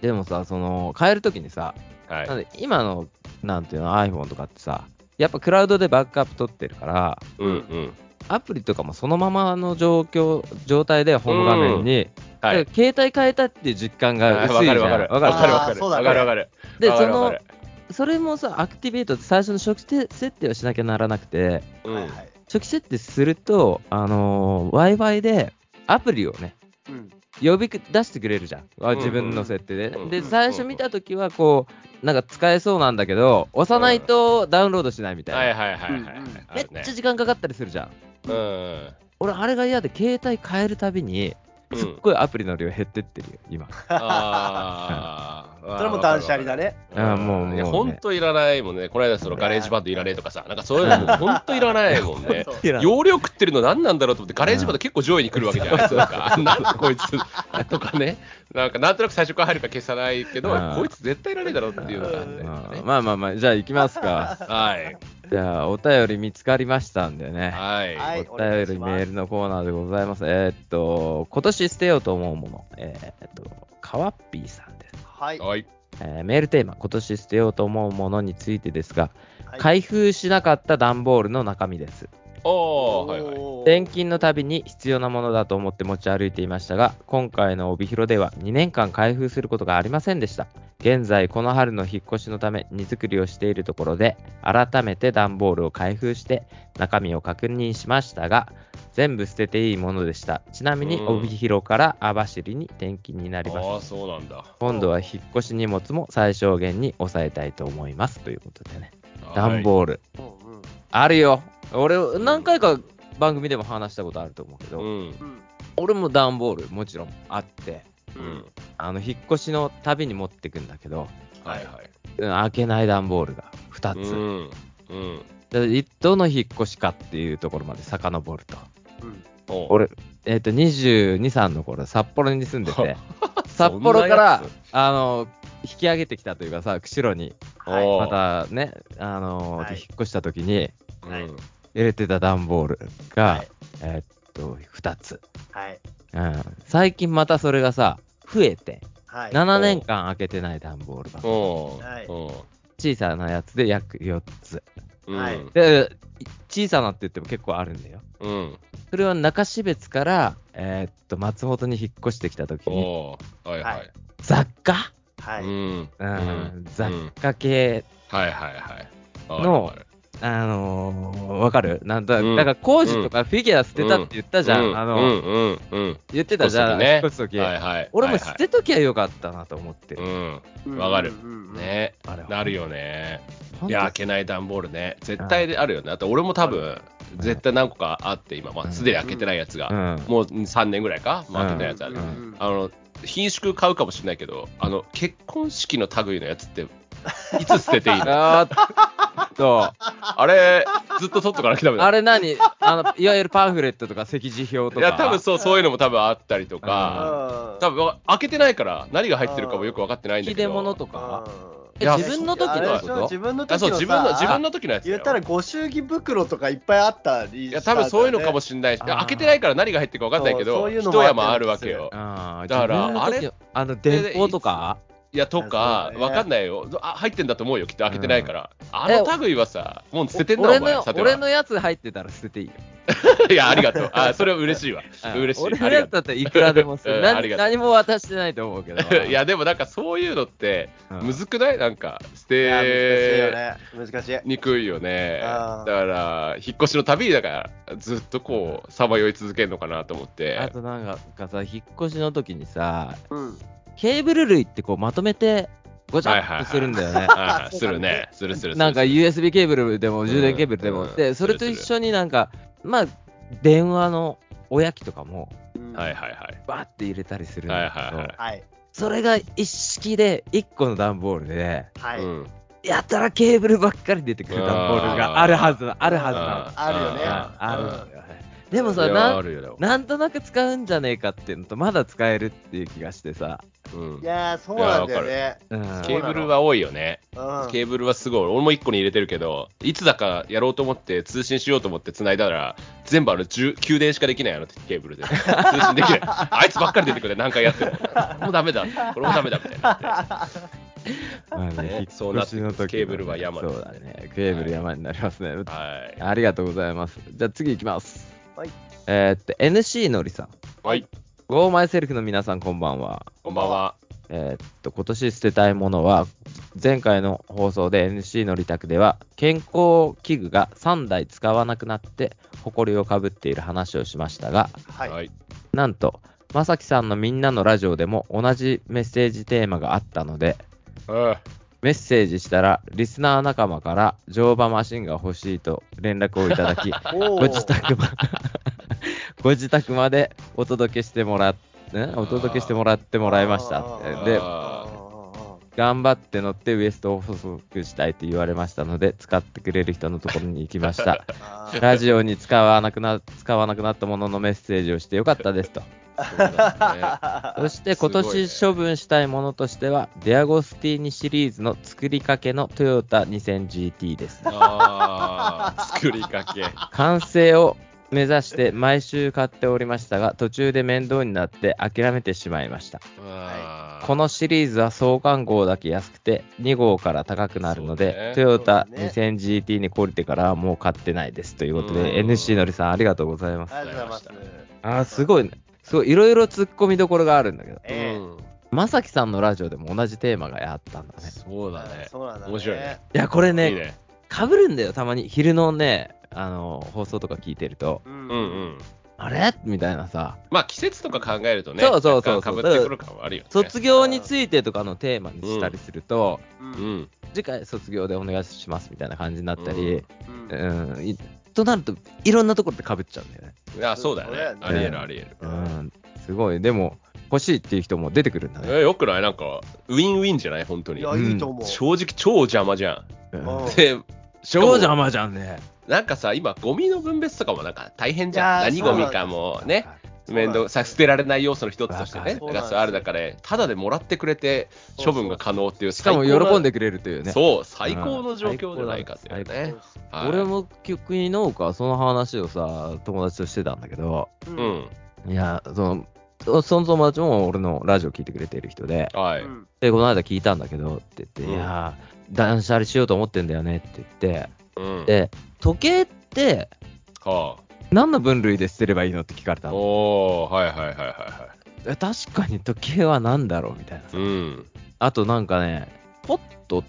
Speaker 1: でもさ、その、変えるときにさ、
Speaker 2: はい
Speaker 1: なんで今の、なんていうの、iPhone とかってさ、やっぱクラウドでバックアップ取ってるから、
Speaker 2: うんうん。
Speaker 1: アプリとかもそのままの状況、状態でホーム画面に、
Speaker 2: は
Speaker 1: だ
Speaker 2: い。
Speaker 1: から携帯変えたっていう実感が
Speaker 2: はい
Speaker 1: 薄い
Speaker 2: わ
Speaker 1: じゃ
Speaker 2: か
Speaker 1: ん。
Speaker 2: るわかる。わか
Speaker 1: わ
Speaker 2: る
Speaker 1: か
Speaker 2: わかる
Speaker 3: あー
Speaker 2: わかる。
Speaker 3: そうだ
Speaker 2: わ
Speaker 3: ね
Speaker 2: かるわかる。
Speaker 1: で、
Speaker 2: わ
Speaker 1: そ
Speaker 2: かるわ
Speaker 1: の
Speaker 2: かる、
Speaker 1: それもさ、アクティベートって最初の初期設設定をしなきゃならなくて、
Speaker 2: うん
Speaker 3: はいはい
Speaker 1: 初期設定すると、あのー Wi-Fi でアプリをね、
Speaker 3: うん
Speaker 1: 呼び出してくれるじゃん、あ
Speaker 2: うん
Speaker 1: 自分の設定で、
Speaker 2: うん
Speaker 1: で最初見た時はこうなんか使えそうなんだけど押さないとダウンロードしないみたいな、
Speaker 2: はいはいはいはいはい。
Speaker 3: うん
Speaker 2: あ
Speaker 1: めっ
Speaker 2: るね
Speaker 1: ちゃ時間かかったりするじゃん
Speaker 2: うん。
Speaker 1: 俺あれが嫌で携帯変えるたびに
Speaker 2: うん
Speaker 1: すっ ごいアプリの量減ってってるよ今、
Speaker 2: あ ー
Speaker 3: それも断捨離だ
Speaker 2: ね。
Speaker 3: ね。
Speaker 1: あーもうもう
Speaker 2: いや、
Speaker 1: ね
Speaker 2: ほんといらないもんね。この間、そのガレージバンドいらねえとかさ、なんかそういうのもほんといらないもん ね
Speaker 3: そう。
Speaker 1: いらない
Speaker 2: 容量食ってるの何なんだろうと思って、ガレージバンド結構上位に来るわけじゃないですか。なんだこいつとかね。なんか、なんとなく最初から入るか消さないけど
Speaker 1: うん、
Speaker 2: こいつ絶対いらねえだろうっていうのがあって。
Speaker 1: うんまあまあまあじゃあ行きますか
Speaker 2: はい。
Speaker 1: じゃあお便り見つかりましたんでね
Speaker 2: はい。
Speaker 3: は
Speaker 2: はいい。
Speaker 1: お便りメールのコーナーでございます。えーっと、今年捨てようと思うもの、えーっと、かわっぴーさんです。
Speaker 3: はい。は
Speaker 2: はい。
Speaker 1: えーメールテーマ、今年捨てようと思うものについてですが、
Speaker 3: い。
Speaker 1: 開封しなかった段ボールの中身です。
Speaker 2: おー、はいはい。
Speaker 1: 転勤のたびに必要なものだと思って持ち歩いていましたが、今回の帯広では2年間開封することがありませんでした。現在、この春の引っ越しのため荷造りをしているところで、改めて段ボールを開封して中身を確認しましたが、全部捨てていいものでした。ちなみに
Speaker 2: うん
Speaker 1: 帯広から網走に転勤にな
Speaker 2: あ
Speaker 1: りました。
Speaker 2: ー、そうなんだ。
Speaker 1: 今度は引っ越し荷物も最小限に抑えたいと思います。ということでね。
Speaker 2: はい
Speaker 1: 段ボール。
Speaker 3: うんうん
Speaker 1: あるよ。俺、何回か番組でも話したことあると思うけど、
Speaker 2: うん。
Speaker 3: うん
Speaker 1: 俺も段ボールもちろんあって
Speaker 3: う
Speaker 2: うんん。
Speaker 1: あの引っ越しのたびに持ってくんだけど、
Speaker 2: はいはい。
Speaker 1: うん開けない段ボールが
Speaker 2: う
Speaker 1: 2つ、
Speaker 2: ん。うん。
Speaker 1: でどの引っ越しかっていうところまで遡ると
Speaker 3: うん
Speaker 2: おう
Speaker 1: 俺、えっと22、3の頃札幌に住んでて札
Speaker 2: そんなやつ
Speaker 1: 幌からあの引き上げてきたというかさ釧路に
Speaker 3: はい
Speaker 2: お
Speaker 1: またねあの、
Speaker 3: はい
Speaker 1: 引っ越した時に
Speaker 3: はい
Speaker 2: うん
Speaker 1: 入れてた段ボールが、
Speaker 3: はい
Speaker 1: えっと2つ、
Speaker 3: はい。
Speaker 1: うん、最近またそれがさ増えて
Speaker 3: はい。
Speaker 1: 7年間開けてない段ボール箱。
Speaker 2: おう
Speaker 3: はい
Speaker 2: おう
Speaker 1: 小さなやつで約4つ。
Speaker 2: うん
Speaker 3: はい
Speaker 1: で、い小さなって言っても結構あるんだよ。
Speaker 2: うん。
Speaker 1: それは中標津から、えーっと、松本に引っ越してきた時に、
Speaker 2: おうはい
Speaker 3: は
Speaker 2: はいい。
Speaker 1: 雑貨
Speaker 3: は
Speaker 2: う
Speaker 3: い。
Speaker 2: ん。
Speaker 1: うん、
Speaker 2: うん
Speaker 1: 雑
Speaker 2: うん
Speaker 1: 貨系、
Speaker 2: はいはいはい。
Speaker 1: の
Speaker 2: わかるわかる
Speaker 1: あのー、わかるなんだ、
Speaker 2: うん
Speaker 1: だから工事とかフィギュア捨てたって言ったじゃん。
Speaker 2: うん
Speaker 1: あ
Speaker 2: う
Speaker 1: の、
Speaker 2: んうんうん。
Speaker 1: 言ってたじゃん、
Speaker 2: 引
Speaker 1: 引っ
Speaker 2: っ
Speaker 1: 越
Speaker 2: 越
Speaker 1: す時。
Speaker 2: はいはい。
Speaker 1: 俺も捨
Speaker 2: はい
Speaker 1: てときゃよかったなと思ってる。
Speaker 2: はい
Speaker 3: うん
Speaker 2: わかる。
Speaker 3: うん
Speaker 2: う。
Speaker 3: うんん
Speaker 2: ね
Speaker 1: あれは
Speaker 2: なるよね。
Speaker 1: ほん
Speaker 2: い
Speaker 1: と
Speaker 2: や、開けない段ボールね。絶対であるよね。あと俺も多分、絶対何個かあって、今、ま
Speaker 1: うん
Speaker 2: あ、すでに開けてないやつ
Speaker 1: う
Speaker 2: が。
Speaker 1: ん。
Speaker 2: もう3年ぐらいか、まあ、開けてないやつある
Speaker 3: う。んうん
Speaker 2: あの、品種買うかもしれないけど、あの、結婚式の類のやつって、いつ捨てていいの
Speaker 1: あーっと。
Speaker 2: あれ、ずっと取っとかなきゃダメだよ
Speaker 1: あれ何あのいわゆるパンフレットとか席次表とか。
Speaker 2: いや、多分そう、そういうのも多分あったりとか、
Speaker 3: うん
Speaker 2: 多分開けてないから、何が入ってるかもよく分かってないんだ
Speaker 1: 引き
Speaker 2: け
Speaker 1: 出
Speaker 2: ど。
Speaker 1: 物と
Speaker 3: あ
Speaker 1: か。
Speaker 2: いや
Speaker 1: え自分の時
Speaker 3: あれ
Speaker 1: のこ
Speaker 3: でしょ
Speaker 1: と
Speaker 3: 自分の時
Speaker 2: あ
Speaker 3: の
Speaker 2: そう自分の
Speaker 3: さ
Speaker 2: 自分の時のやつだ
Speaker 3: 言
Speaker 2: よ
Speaker 3: ったらご祝儀袋とかいっぱいあったり
Speaker 2: いや多分そういうのかも
Speaker 3: し
Speaker 2: しれないし、い
Speaker 1: あ
Speaker 2: や
Speaker 1: ー
Speaker 2: 開けてないから何が入ってるか分かんないけ
Speaker 3: そう
Speaker 2: ど、
Speaker 3: そういうの
Speaker 2: 一
Speaker 3: も
Speaker 2: 山あるわけよ。
Speaker 1: あー
Speaker 2: だから
Speaker 1: 自分の時のあの電報とか
Speaker 2: いや、とか、
Speaker 3: そうだ
Speaker 2: 分
Speaker 3: ね
Speaker 2: かんないよ。あ入ってんだと思うよ、きっと開けてないから。あの類はさ、もう捨ててんだ、
Speaker 1: 俺
Speaker 2: お前、
Speaker 1: の
Speaker 2: さて
Speaker 1: 俺
Speaker 2: は。
Speaker 1: のやつ入ってたら捨てていいよ。
Speaker 2: いや、ありがとう。あそれは嬉しいわ。嬉しい。
Speaker 1: 俺の
Speaker 2: あり
Speaker 1: や
Speaker 2: が
Speaker 1: つ
Speaker 2: と
Speaker 1: だったらいくらでもす
Speaker 2: う
Speaker 1: る。
Speaker 2: んあ
Speaker 1: 何
Speaker 2: りがとう
Speaker 1: 何も渡してないと思うけど。
Speaker 2: う。いや、でもなんかそういうのって、
Speaker 1: うん、
Speaker 2: むずくないなんか、捨
Speaker 3: れない
Speaker 2: て
Speaker 3: や難しいよね難しい
Speaker 2: にくいよね。
Speaker 3: あ
Speaker 2: だ
Speaker 3: ー
Speaker 2: から、引っ越しのたびに、だから、ずっとこう、さまよい続けるのかなと思って。
Speaker 1: あとなんかさ、引っ越しの時にさ、
Speaker 3: うん
Speaker 1: ケーブル類ってこうまとめてごちゃっとするんだ よね。
Speaker 2: ああ、するね。するするする。
Speaker 1: なんか USB ケーブルでも
Speaker 2: ん
Speaker 1: 充電ケーブルでも、
Speaker 2: うん
Speaker 1: でそれと一緒になんかまあ電話のおやきとかも
Speaker 3: うん
Speaker 2: はいはいはい。
Speaker 1: バーって入れたりするんだけど、
Speaker 2: はいはいはい
Speaker 3: はい
Speaker 1: それが一式で1個の段ボールで
Speaker 3: はい
Speaker 2: うん
Speaker 1: やたらケーブルばっかり出てくる段ボールがあるはずだあるはずだ
Speaker 3: あるよね
Speaker 2: あ
Speaker 1: ある
Speaker 3: うん
Speaker 1: んだよねでも
Speaker 2: い
Speaker 1: さ
Speaker 2: や
Speaker 1: な
Speaker 2: あ
Speaker 1: ん
Speaker 2: るよでも
Speaker 1: なんとなく使うんじゃねえかっていうのとまだ使えるっていう気がしてさ、
Speaker 2: うん
Speaker 3: いやーそうなんだよ
Speaker 2: い
Speaker 3: ね
Speaker 1: うん、
Speaker 2: ケーブルは多いよね。
Speaker 3: うん
Speaker 2: ケーブルはすごい。俺も1個に入れてるけど、いつだかやろうと思って通信しようと思って繋いだら、全部あの10 9電しかできないあのケーブルで。通信できない。あいつばっかり出てくるね。何回やっても。もうダメだ。これもダメだみたいになって。
Speaker 1: まあね
Speaker 2: ね
Speaker 1: 引っ越し
Speaker 2: そう
Speaker 1: の
Speaker 2: なって
Speaker 1: 時
Speaker 2: くる
Speaker 1: のね
Speaker 2: ケーブルは山です
Speaker 1: そうだねケーブル山になりますね、
Speaker 2: はい。
Speaker 1: ありがとうございます。じゃあ次行きます。
Speaker 3: はい。
Speaker 1: えーっと、NC のりさん。
Speaker 2: はい。
Speaker 1: ゴーマイセルフの皆さんこんばんは。
Speaker 2: こんばんは。
Speaker 1: えーっと、今年捨てたいものは、前回の放送で NC のり宅では、健康器具が3台使わなくなって、埃をかぶっている話をしましたが、
Speaker 3: はい
Speaker 2: い。
Speaker 1: なんと、まさきさんのみんなのラジオでも同じメッセージテーマがあったので、
Speaker 2: うん
Speaker 1: メッセージしたら、リスナー仲間から乗馬マシンが欲しいと連絡をいただき、
Speaker 3: お
Speaker 1: ご自宅ま ご自宅までお届けしてもらっんお届けしてもらってもらいました
Speaker 3: あ
Speaker 2: ー
Speaker 1: で
Speaker 2: あ
Speaker 1: 頑張って乗ってウエストを細くしたいと言われましたので使ってくれる人のところに行きました ラジオに使わなくな使わなくなったもののメッセージをしてよかったですと
Speaker 2: そうだね
Speaker 1: そして今年処分したいものとしては、ディアゴスティーニシリーズの作りかけのトヨタ 2000GT です
Speaker 2: ああ、作りかけ。
Speaker 1: 完成を目指して毎週買っておりましたが途中で面倒になって諦めてしまいました
Speaker 2: あー
Speaker 1: このシリーズは創刊号だけ安くて2号から高くなるので、
Speaker 2: そうね
Speaker 1: トヨタ
Speaker 3: そうね
Speaker 1: 2000GT に懲りてからはもう買ってないですということで
Speaker 2: うん
Speaker 1: NC のりさんありがとうございます
Speaker 3: ありがとうございます。
Speaker 1: あーすごいねすごいいろいろ突っ込みどころがあるんだけど
Speaker 3: え
Speaker 2: うん
Speaker 1: まさきさんのラジオでも同じテーマがあったんだね
Speaker 2: そう
Speaker 3: え
Speaker 2: だね。
Speaker 3: そうなんだ、ね。
Speaker 2: 面白いね。
Speaker 1: いやこれ
Speaker 2: いい
Speaker 1: ね
Speaker 2: ね。
Speaker 1: かぶるんだよたまに昼のねあの放送とか聞いてると
Speaker 3: う
Speaker 2: うん
Speaker 3: ん
Speaker 2: うん。
Speaker 1: あれみたいなさ
Speaker 2: まあ季節とか考えるとね、
Speaker 1: そうそうそうそ
Speaker 2: か
Speaker 1: う
Speaker 2: ぶってくる感はあるよね。
Speaker 1: 卒業についてとかのテーマにしたりすると、
Speaker 3: う。
Speaker 2: うんん。
Speaker 1: 次回卒業でお願いしますみたいな感じになったり、
Speaker 3: うん
Speaker 1: うん、いとなると、いろんなところで被っちゃうんだよね。
Speaker 2: いや、そうだよね。
Speaker 3: そうだ
Speaker 2: あ
Speaker 1: よね
Speaker 2: りえるありえる。
Speaker 1: うん、すごい。でも、欲しいっていう人も出てくるんだ
Speaker 2: え
Speaker 1: ね。
Speaker 2: よくないなんか、ウィンウィンじゃない本当
Speaker 3: い
Speaker 2: に。
Speaker 3: や、いいと思う。
Speaker 2: 正直超邪魔じゃ
Speaker 1: う
Speaker 2: ん。
Speaker 1: ん
Speaker 3: うん
Speaker 2: で、
Speaker 1: 超邪魔じゃんね。
Speaker 2: なんかさ、今、ゴミの分別とかもなんか大変じゃん。
Speaker 3: い
Speaker 2: 何
Speaker 3: やー
Speaker 2: ゴミかもね、
Speaker 3: そうなんです
Speaker 2: 面倒さ、捨てられない要素の一つとしてね、だ
Speaker 3: わかる
Speaker 2: からそうあるだから、ただでもらってくれて、処分が可能っていう、
Speaker 1: し
Speaker 2: し
Speaker 1: かも喜んでくれるというね。
Speaker 2: そう、最高の状況じゃないかっていうね。はい
Speaker 1: 俺、も逆に農家はその話をさ、友達としてたんだけど、
Speaker 3: う
Speaker 2: う。ん、
Speaker 1: いや、その、その友達も俺のラジオ聞いてくれてる人で、
Speaker 2: はい。
Speaker 3: うん
Speaker 1: で、この間聞いたんだけどって言って、
Speaker 2: うん
Speaker 1: いやー、断捨離しようと思ってんだよねって言って、
Speaker 2: うん、
Speaker 1: で、時計って
Speaker 2: は
Speaker 1: 何の分類で捨てればいいのって聞かれた
Speaker 2: あ、
Speaker 1: の。
Speaker 2: おー、はいはいはいはいは
Speaker 1: え確かに時計は何だろうみたいな。
Speaker 2: い。うん。
Speaker 1: あとなんかね、ポット、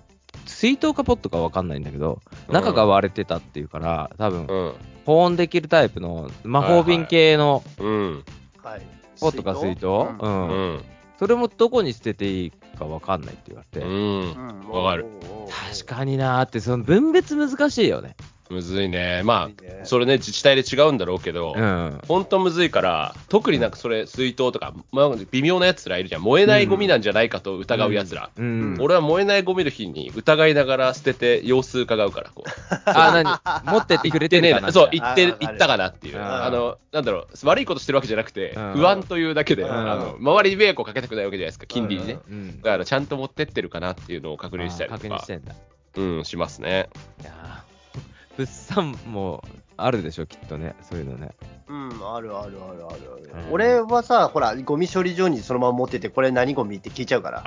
Speaker 1: 水筒かポットかわかんないんだけど、中が割れてたっていうから、多分
Speaker 2: う、ん。
Speaker 1: 保温できるタイプの魔法瓶系の
Speaker 2: うん。
Speaker 3: はい。
Speaker 1: ポットか水筒、うん
Speaker 2: う
Speaker 1: うん
Speaker 2: ん。
Speaker 1: それもどこに捨てていいかわかんないって言われて。
Speaker 2: うん。わかる。
Speaker 1: 確かになーって、その分別難しいよね。
Speaker 2: むずいね。ま
Speaker 3: むずいね
Speaker 2: あ、それね、自治体で違うんだろうけど、
Speaker 1: うん。
Speaker 2: ほんとむずいから、特になんかそれ、水筒とか、まあ、微妙なやつらいるじゃん。燃えないゴミなんじゃないかと疑うやつら。
Speaker 1: うん。
Speaker 2: 俺は燃えないゴミの日に疑いながら捨てて様子伺うから、 こう。
Speaker 1: あ、何持ってってくれて
Speaker 2: でね
Speaker 1: る
Speaker 2: え
Speaker 1: か
Speaker 2: な
Speaker 1: な
Speaker 2: そう、
Speaker 1: み
Speaker 2: 行
Speaker 1: たい
Speaker 2: っ
Speaker 3: な
Speaker 2: て、
Speaker 3: あー
Speaker 2: 行ったかなっていう。
Speaker 1: あ
Speaker 2: あ
Speaker 1: ー
Speaker 2: の、なんだろう、悪いことしてるわけじゃなくて
Speaker 1: うん、
Speaker 2: 不安というだけで、
Speaker 1: うん
Speaker 2: あの、周りに迷惑をかけたくないわけじゃないですか、金利にね
Speaker 3: うん。
Speaker 1: なうん
Speaker 2: だから、ちゃんと持ってってるかなっていうのを確認したり
Speaker 1: あー確
Speaker 2: と
Speaker 1: 認
Speaker 2: か
Speaker 1: し、てんだ。
Speaker 2: うん、しますね。
Speaker 1: いやー物産もあるでしょ、きっとね、そういうのね。
Speaker 3: うん、あるあるあるあるある
Speaker 1: う。ん
Speaker 3: 俺はさ、ほら、ゴミ処理場にそのまま持ってて、これ何ゴミって聞いちゃうから。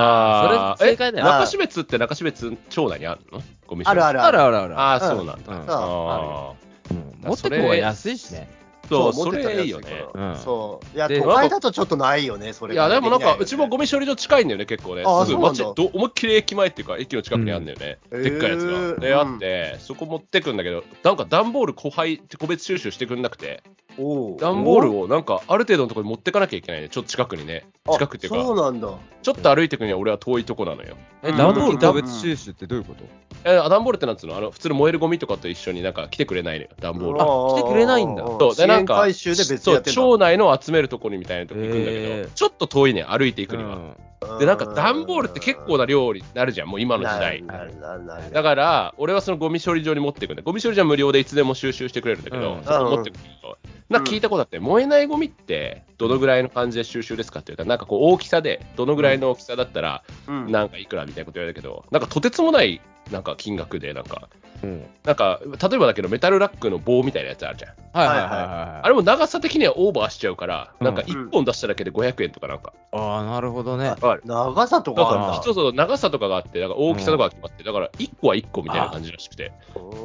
Speaker 1: あ
Speaker 2: ー
Speaker 1: それ正解だよ。
Speaker 2: え
Speaker 1: あ
Speaker 2: 中標津って中標津町内にあるのゴミ
Speaker 3: あるあ
Speaker 2: る。
Speaker 3: る
Speaker 1: あるあるある。
Speaker 2: ああ、
Speaker 3: うん
Speaker 2: そうなんだ。
Speaker 1: うん
Speaker 3: そう
Speaker 2: あ
Speaker 1: うん持ってく方が安いしね。
Speaker 2: ーそう、
Speaker 3: 持
Speaker 2: そ
Speaker 3: ってたら
Speaker 2: れ
Speaker 3: 安
Speaker 2: いい
Speaker 3: い
Speaker 2: よ
Speaker 3: から
Speaker 2: ね。
Speaker 1: うん
Speaker 3: そう。いや、
Speaker 1: で
Speaker 3: 都会だとちょっとないよね、それ
Speaker 2: い
Speaker 3: が
Speaker 2: や、
Speaker 3: ね。
Speaker 2: でもなん
Speaker 3: きいよ
Speaker 2: か、
Speaker 3: ね
Speaker 2: うちもゴミ処理場近いんだよね、結構ね。
Speaker 3: あー
Speaker 2: すぐ
Speaker 3: そうなん
Speaker 2: 街、
Speaker 3: だ
Speaker 2: ど思いっきり駅前っていうか、駅の近くにあるんだよね。
Speaker 3: うん
Speaker 2: でっかいやつ
Speaker 3: へー
Speaker 2: が。で、あって、そこ持ってくんだけど、なんか段ボール個配、個別収集してくんなくて、
Speaker 3: おう
Speaker 2: 段ボールをなんか、ある程度のところに持ってかなきゃいけないね、ちょっと近くにね。近くっていう
Speaker 3: あそ
Speaker 2: か、
Speaker 3: うなんだ。
Speaker 2: ちょっと歩いてくには俺は遠いとこなのよ。
Speaker 1: え、
Speaker 3: うん
Speaker 1: ダンボール個別収集ってどういうこと
Speaker 2: え、段ボールってなんつうのあの、普通の燃えるゴミとかと一緒になんか来てくれないのよ、段ボー
Speaker 1: 来
Speaker 2: ル。
Speaker 1: てくれないんだ
Speaker 2: そう、で、なんか、
Speaker 3: 回収で別にやってんだ
Speaker 2: そう町内の集めるとこにみたいなとこ行くんだけど、
Speaker 1: へー
Speaker 2: ちょっと遠いね、歩いていくには。で、なんか段ボールって結構
Speaker 3: な
Speaker 2: な量になるじゃん、もう今の時代。
Speaker 3: なるなるなる
Speaker 2: だから、俺はそのゴミ処理場に持っていくんだ。ゴミ処理場は無料でいつでも収集してくれるんだけど、
Speaker 1: うん
Speaker 2: そこ持ってくると。なんか聞いたことあって、燃えないゴミってどのぐらいの感じで収集ですかって言うから、なんかこう大きさで、どのぐらいの大きさだったら、
Speaker 3: うん
Speaker 2: なんかいくらみたいなこと言われたけど、なんかとてつもない、なんか金額で、なんか、
Speaker 1: うん
Speaker 2: なんか、例えばだけどメタルラックの棒みたいなやつあるじゃん。
Speaker 1: はいはいはい
Speaker 3: はいはい
Speaker 1: はい。
Speaker 2: あれも長さ的にはオーバーしちゃうから、
Speaker 1: うん
Speaker 2: なんか1本出しただけで500円とかなんか。
Speaker 1: ああ、なるほどね。
Speaker 2: わかる
Speaker 3: 長さと
Speaker 2: だ
Speaker 3: か
Speaker 2: か
Speaker 3: あ
Speaker 2: ら、
Speaker 3: ん
Speaker 2: 一つの長さとかがあって、だから大きさとかが決まって、だから1個は1個みたいな感じらしくて。
Speaker 3: だ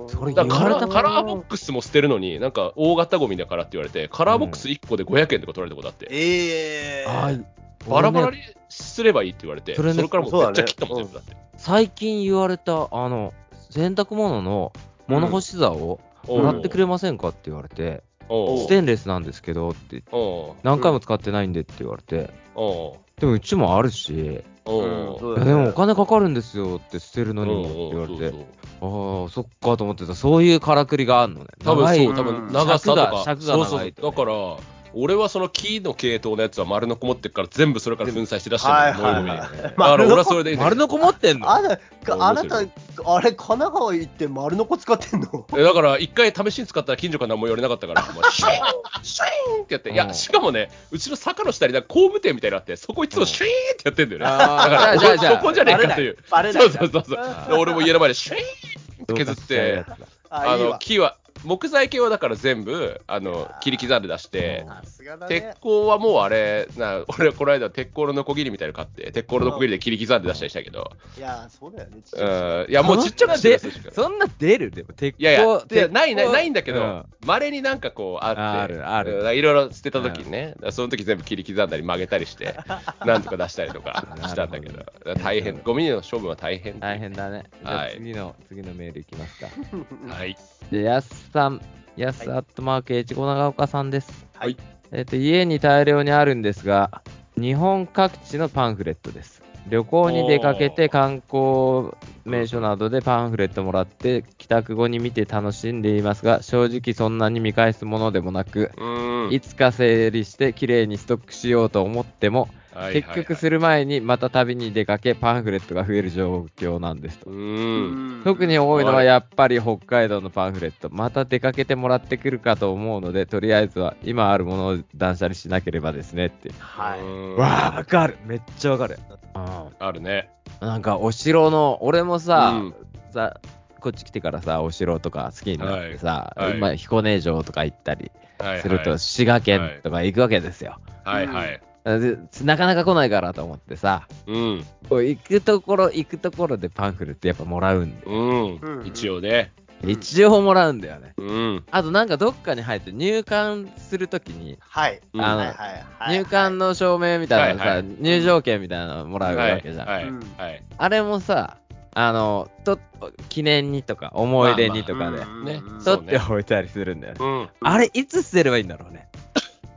Speaker 1: それ
Speaker 2: だか
Speaker 1: 言われ
Speaker 2: ら
Speaker 1: た
Speaker 2: カラーカラーボックスも捨てるのに、なんか大型ゴミだからって言われて、カラーボックス1個で500円とか取られたことあって、
Speaker 3: ええ
Speaker 1: あー
Speaker 2: バラバラ
Speaker 1: 俺ね
Speaker 2: にすればいいって言われて、
Speaker 1: そ
Speaker 2: そ
Speaker 1: れね
Speaker 2: れからもうめっちゃ切ったもん、
Speaker 3: そう
Speaker 2: 全
Speaker 3: だ
Speaker 2: 部だって。
Speaker 1: 最近言われた、あの、洗濯物の物干し竿をもらってくれませんかって言われて、
Speaker 2: おう
Speaker 3: お
Speaker 2: おう
Speaker 3: う
Speaker 1: ステンレスなんですけどって、
Speaker 2: おう
Speaker 1: 何回も使ってないんでって言われて、
Speaker 2: おう
Speaker 1: でもうちもあるし、い
Speaker 2: おう
Speaker 3: そう
Speaker 1: や
Speaker 3: だ
Speaker 1: で
Speaker 3: よ
Speaker 1: も
Speaker 3: ね
Speaker 1: お金かかるんですよって捨てるのにって言われて、ああ、そっかと思ってた。そういうからくりがあるのね。
Speaker 2: 多分
Speaker 1: 長い
Speaker 2: そう、多分長さとか、
Speaker 1: 尺が尺
Speaker 2: そ
Speaker 1: が
Speaker 2: うそう
Speaker 1: 長いとね
Speaker 2: だから、俺はその木の系統のやつは丸のこ持ってるから、全部それから粉砕して出してる
Speaker 3: はい
Speaker 2: の
Speaker 3: は
Speaker 2: よ、
Speaker 3: い
Speaker 2: 燃え
Speaker 3: は
Speaker 2: ゴミ
Speaker 3: い。
Speaker 2: だから俺はそ
Speaker 3: れ。
Speaker 2: れでいいん だ
Speaker 1: 丸
Speaker 2: よ
Speaker 1: のこ持ってんの
Speaker 3: あなあなた、
Speaker 2: 面
Speaker 3: あれ、神奈川行って丸のこ使って んの
Speaker 2: えだから、一回試しに使ったら近所から何も言われなかったから、まあシュイーンシュイーンってやって、いうや、
Speaker 1: ん
Speaker 2: しかもね、うちの坂の下になんか工務店みたいなのあって、そこいつもシュイーンってやってんだよね。だ
Speaker 1: あー
Speaker 2: から、
Speaker 1: じゃあじゃあじゃあ
Speaker 2: そこじゃねえかという。
Speaker 3: バレな
Speaker 2: そ
Speaker 3: い。
Speaker 2: う
Speaker 3: バ
Speaker 2: そう
Speaker 3: レ
Speaker 2: そうそう。で俺も家の前でシュイーンって削って、
Speaker 3: ない
Speaker 2: あ
Speaker 3: いい
Speaker 2: の
Speaker 3: わ
Speaker 2: 木は木材系はだから全部あの切り刻んで出して
Speaker 3: さすがだ
Speaker 2: 鉄
Speaker 3: ね。
Speaker 2: 鋼はもうあれな 俺この間鉄鋼のノコギリみたいなの買って鉄鋼のノコギリで切り刻んで出したりしたけど
Speaker 3: いや、そうだよね。
Speaker 2: うんいやもうちっちゃくしてるやつでしょ
Speaker 1: そんな出るでも、鉄鋼。
Speaker 2: いやいや
Speaker 1: 鉄
Speaker 2: で
Speaker 1: 鋼
Speaker 2: ないないないんだけ
Speaker 1: う
Speaker 2: どまれになんかこうあって
Speaker 1: あるある
Speaker 2: うんいろいろ捨てた時にねその時全部切り刻んだり曲げたりして なんとか出したりとかしたんだけど
Speaker 1: なる
Speaker 2: 大変ゴミの処分は大変
Speaker 1: 大変だね。じゃあ
Speaker 2: はい
Speaker 1: 次の、次のメールいきますか。
Speaker 2: はい
Speaker 1: で、やすさん、やす
Speaker 3: はい
Speaker 1: アットマーク、越後長岡さんです。
Speaker 3: はい。
Speaker 1: えっ、と、家に大量にあるんですが、日本各地のパンフレットです。旅行に出かけて
Speaker 2: おー
Speaker 1: 観光名所などでパンフレットもらって帰宅後に見て楽しんでいますが正直そんなに見返すものでもなく
Speaker 2: うーん
Speaker 1: いつか整理して綺麗にストックしようと思っても
Speaker 2: はいはい
Speaker 1: 結
Speaker 2: はい
Speaker 1: 局する前にまた旅に出かけパンフレットが増える状況なんですと
Speaker 2: う。ーん
Speaker 1: 特に多いのはやっぱり北海道のパンフレット。また出かけてもらってくるかと思うので、とりあえずは今あるものを断捨離しなければですねって。
Speaker 3: は
Speaker 2: う
Speaker 3: い。
Speaker 2: ーん
Speaker 1: わーわかるめっちゃわかる。
Speaker 2: あるね
Speaker 1: なんかお城の、俺もさ、
Speaker 2: うん
Speaker 1: さこっち来てからさ、お城とか好きになってさ、
Speaker 2: はいはい
Speaker 1: 今彦根城とか行ったり
Speaker 2: はいはい
Speaker 1: すると、滋賀県とか行くわけですよ。
Speaker 2: はいはい。
Speaker 1: でなかなか来ないからと思ってさ、
Speaker 2: うん。
Speaker 1: こう行くところ行くところでパンフレットやっぱもらうんで、
Speaker 2: うん。一応ね。
Speaker 1: 一応もらうんだよね。
Speaker 2: うん。
Speaker 1: あとなんかどっかに入って入館するときに、
Speaker 3: はい。
Speaker 2: うん
Speaker 1: あの
Speaker 3: はいはいはい。
Speaker 1: 入館の証明みたいなのさ、
Speaker 2: はいはい
Speaker 1: 入場券みたいなのもらうわけじゃん。
Speaker 2: はい
Speaker 3: うん
Speaker 2: はい。
Speaker 1: あれもさ、あの、と記念にとか思い出にとかで、
Speaker 3: うん
Speaker 2: ね
Speaker 3: うん
Speaker 2: そう
Speaker 1: 取っておいたりするんだよね。
Speaker 2: うん。
Speaker 1: あれいつ捨てればいいんだろうね。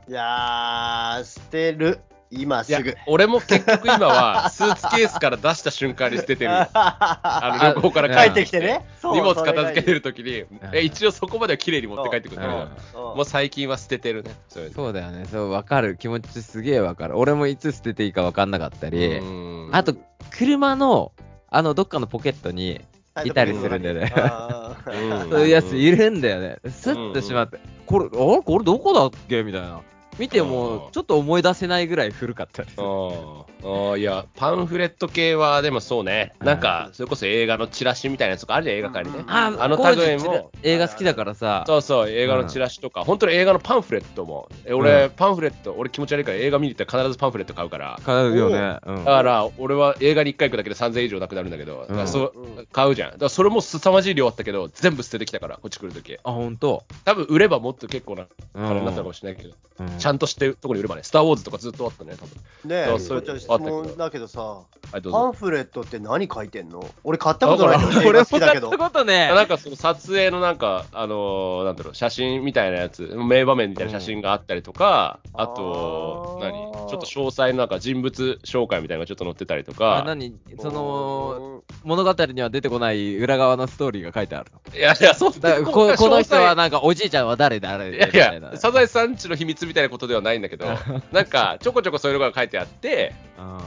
Speaker 3: いやー、捨てる。今
Speaker 2: い
Speaker 3: す
Speaker 2: や
Speaker 3: ぐ。、
Speaker 2: 俺も結局今は、スーツケースから出した瞬間に捨 ててるよ。あの、旅行から 帰
Speaker 3: 帰っ
Speaker 2: ってて
Speaker 3: き
Speaker 2: き
Speaker 3: て
Speaker 2: て
Speaker 3: ね。そう
Speaker 2: 荷物片付けて。る時に
Speaker 1: う、ん
Speaker 2: え、一応そこまでは綺麗に持って帰ってくるんだ
Speaker 3: う
Speaker 2: け
Speaker 3: それがい
Speaker 2: ど、
Speaker 3: い
Speaker 2: もう最近は捨ててるね。そういうの
Speaker 1: そうだよね。そう、わかる。気持ちすげえわかる。俺もいつ捨てていいかわかんなかったり、
Speaker 2: うん
Speaker 1: あと、車の、あの、どっかのポケットに、
Speaker 3: うん
Speaker 1: いたりするんでね
Speaker 3: あー
Speaker 2: うん
Speaker 1: そういうやついるんだよね。スッとしまって、これ、あれこれどこだっけみたいな。見て
Speaker 2: う
Speaker 1: も
Speaker 2: ん、
Speaker 1: ちょっと思い出せないぐらい古かったりする。
Speaker 2: あーあーいやパンフレット系はでもそうねなんかそれこそ映画のチラシみたいなやつとかあるじゃん映画館にね
Speaker 3: うん
Speaker 1: あ
Speaker 2: あの
Speaker 1: コージ
Speaker 2: 類も
Speaker 1: 映画好きだからさ、
Speaker 2: そうそう、映画のチラシとか、本当に映画のパンフレットも、え俺、パンフレット、俺気持ち悪いから映画見に行ったら必ずパンフレット買うから、
Speaker 1: 買うよね。う
Speaker 2: だ
Speaker 1: ん
Speaker 2: から俺は映画に1回行くだけで3000円以上なくなるんだけど、だからそう
Speaker 3: うん
Speaker 2: 買うじゃん。だからそれも凄まじい量あったけど、全部捨ててきたから、こっち来るとき。
Speaker 1: あ、ほんと。
Speaker 2: 多分売ればもっと結構な
Speaker 1: う
Speaker 2: 金になったのか
Speaker 1: ん
Speaker 2: もしれないけど、
Speaker 1: うん
Speaker 2: ちゃんとしてるとこに売ればね、スター・ウォーズとかずっとあったね、多分。
Speaker 3: ね
Speaker 2: そ
Speaker 3: え、
Speaker 2: う
Speaker 3: そ
Speaker 2: そう
Speaker 3: れ質問だけどさ、
Speaker 2: はい、どう
Speaker 3: パ
Speaker 2: ぞ。
Speaker 3: ンフレットって何書いてんの俺買ったことないけど、
Speaker 1: 俺
Speaker 3: 俺
Speaker 1: も
Speaker 3: 好きだ
Speaker 1: 買
Speaker 3: け
Speaker 1: っ
Speaker 3: ど
Speaker 1: た。 ことね。
Speaker 2: なんかその撮影のなんか、あのーなんだろう、写真みたいなやつ、名場面みたいな写真があったりとか、
Speaker 3: うん
Speaker 2: あと、
Speaker 3: あ
Speaker 2: 何
Speaker 3: ー
Speaker 2: ちょっと詳細のなんか人物紹介みたいなのがちょっと載ってたりと
Speaker 1: あ
Speaker 2: か。
Speaker 1: 何その物語には出てこない裏側のストーリーが書いてあるの
Speaker 2: いやいや、そう
Speaker 1: だからここの人はなんかおじいちゃんは誰だあれ
Speaker 2: い
Speaker 1: み
Speaker 2: や
Speaker 1: た
Speaker 2: い
Speaker 1: いな
Speaker 2: や、サザエさんちの秘密みたいなことではないんだ けど、なんか、ちょこちょこそういうのが書いてあって、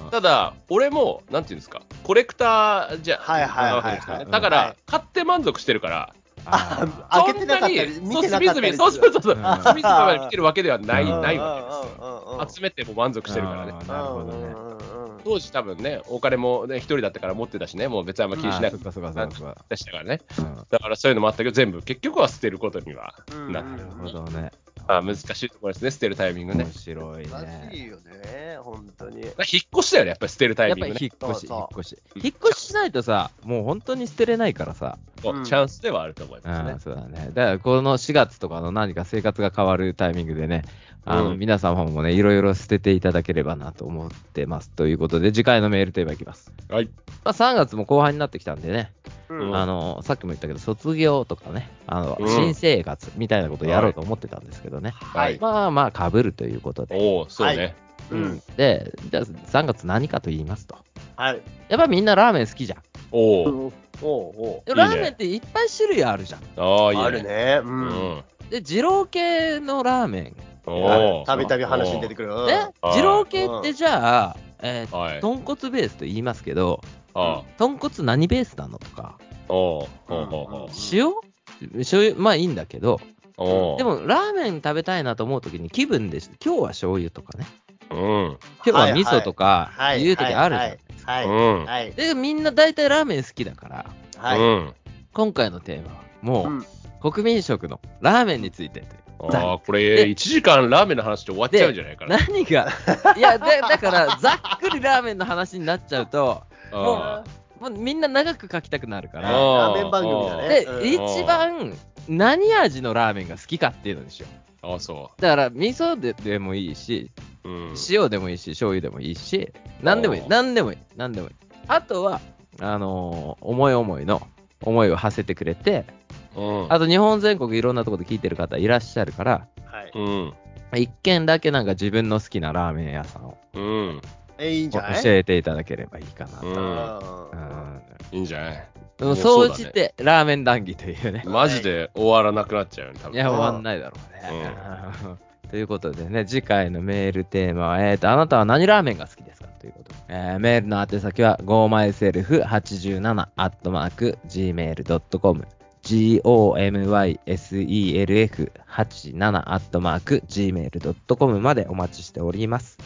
Speaker 1: うん
Speaker 2: ただ、俺も、なんていうんですか、コレクターじゃ、
Speaker 3: はいはいはいはい
Speaker 2: なわけですよねだか
Speaker 3: はい
Speaker 2: ら、買って満足してるから、
Speaker 1: あ
Speaker 3: 開けてなかったり、
Speaker 2: そん
Speaker 3: 見
Speaker 2: なに
Speaker 3: てなかったりする。
Speaker 2: そう、隅々、そうそうそう、
Speaker 1: うん
Speaker 2: 隅々まで来てるわけではない、
Speaker 1: うん
Speaker 2: ないわけですよ。
Speaker 3: け
Speaker 2: 集めても満足してるからね
Speaker 1: あ。ーなるほどね
Speaker 3: ね。
Speaker 2: 当時多分ね、お金もね、一人だったから持ってたしね、もう別にあんま気にしな
Speaker 1: あーそ
Speaker 2: く
Speaker 1: っかそっかそっかそっか
Speaker 2: でしたからね。
Speaker 1: うん
Speaker 2: だからそういうのもあったけど、全部、結局は捨てることにはな
Speaker 3: うん
Speaker 2: る
Speaker 1: な。るほどね
Speaker 2: あー難しいところですね、捨てるタイミングね
Speaker 1: 面。白い
Speaker 3: おかし
Speaker 1: ね
Speaker 3: いよね、本当に。
Speaker 2: だから引っ越しだよね、やっぱり捨てるタ
Speaker 1: や
Speaker 2: イ
Speaker 1: っぱ
Speaker 2: ミン
Speaker 1: り
Speaker 2: グ
Speaker 1: 引
Speaker 2: ね。
Speaker 1: っ越し
Speaker 3: そ
Speaker 1: 引っ
Speaker 3: う
Speaker 1: 越し引っ越ししないとさもう本当に捨てれないからさ
Speaker 2: そう
Speaker 3: うん
Speaker 2: チャンスではあると思います
Speaker 1: う
Speaker 2: ね
Speaker 1: ん。そうだねだからこの4月とかの何か生活が変わるタイミングでねあの、
Speaker 2: うん
Speaker 1: 皆様もね、いろいろ捨てていただければなと思ってます。ということで、次回のメールといえばいきます。
Speaker 2: はい。
Speaker 1: まあ、3月も後半になってきたんでね、
Speaker 2: うん
Speaker 1: あの、さっきも言ったけど、卒業とかね、あの、
Speaker 2: うん
Speaker 1: 新生活みたいなことをやろうと思ってたんですけどね、
Speaker 2: はい
Speaker 1: まあまあ、被るということで。
Speaker 2: おお、そうね。
Speaker 3: うん。
Speaker 1: で、じゃあ3月何かと言いますと、
Speaker 3: はい。
Speaker 1: やっぱみんなラーメン好きじゃん。
Speaker 2: お
Speaker 3: お
Speaker 2: お、
Speaker 3: うお
Speaker 1: で
Speaker 2: いいね
Speaker 1: ラーメンっていっぱい種類あるじゃん。
Speaker 2: ああ、
Speaker 3: う
Speaker 2: いいね。
Speaker 3: あるね。う。
Speaker 2: うんん。
Speaker 1: で、二郎系のラーメ
Speaker 2: おお。
Speaker 3: たびたび話に出てくる。
Speaker 1: ン。ね、
Speaker 2: うん
Speaker 1: 二郎系ってじゃあ、えー
Speaker 2: はい。
Speaker 1: 豚骨ベースと言いますけど、
Speaker 2: あ
Speaker 1: 豚骨何ベースなのとか、
Speaker 2: おおお
Speaker 3: うん
Speaker 1: 塩醤油まあいいんだけど、
Speaker 2: おおお。
Speaker 1: で、もラーメン食べたいなと思うときに気分で、今日は醤油とかね、
Speaker 2: うん。
Speaker 1: 今日は味噌とか
Speaker 3: はい。
Speaker 1: いうときあるじゃん。
Speaker 3: はい。は
Speaker 2: う
Speaker 3: い。
Speaker 2: ん。
Speaker 3: はい。
Speaker 1: で、みんな大体ラーメン好きだから、
Speaker 2: う
Speaker 3: は
Speaker 2: ん。
Speaker 1: 今回のテーマは、
Speaker 3: い。
Speaker 1: もう国民食のラーメンについてという
Speaker 2: ああ、これ、1時間ラーメンの話で終わっちゃうんじゃないかな。
Speaker 1: 何が、 いや、でだから、ざっくりラーメンの話になっちゃうと、
Speaker 2: あ
Speaker 1: もうみんな長く書きたくなるか
Speaker 2: あ
Speaker 1: ら、
Speaker 3: ラーメン番組だね
Speaker 1: で
Speaker 3: う、ん
Speaker 1: 一番何味のラーメンが好きかっていうのにしよう。
Speaker 2: ああ、そ
Speaker 1: だから、味噌ででもいいし、
Speaker 2: う。うん。
Speaker 1: 塩でもいいし、醤油でもいいし、何でもいい
Speaker 2: お、ー
Speaker 1: 何でもいい、何でもいい。あとは、あのー思い思いの思いを馳せてくれて、
Speaker 2: うん。
Speaker 1: あと日本全国いろんなところで聞いてる方いらっしゃるから、
Speaker 3: はい。
Speaker 2: うん。
Speaker 1: 一軒だけなんか自分の好きなラーメン屋さんを
Speaker 2: うん。
Speaker 3: え、いいんじ
Speaker 1: 教
Speaker 3: ゃない
Speaker 1: えていただければいいかなと。
Speaker 2: うん
Speaker 1: うん
Speaker 2: いいんじゃない
Speaker 1: で
Speaker 2: も
Speaker 1: も
Speaker 2: うそう
Speaker 1: 総
Speaker 2: だね
Speaker 1: じてラーメン談義というね。
Speaker 2: マジで終わらなくなっちゃうよね、多
Speaker 1: い
Speaker 2: 分。
Speaker 1: や、終わんないだろうね。ということでね、次回のメールテーマは、えーと、あなたは何ラーメンが好きですかということで、えーメールの宛先は gomyself87-gmail.com gomyself87-gmail.com までお待ちしております。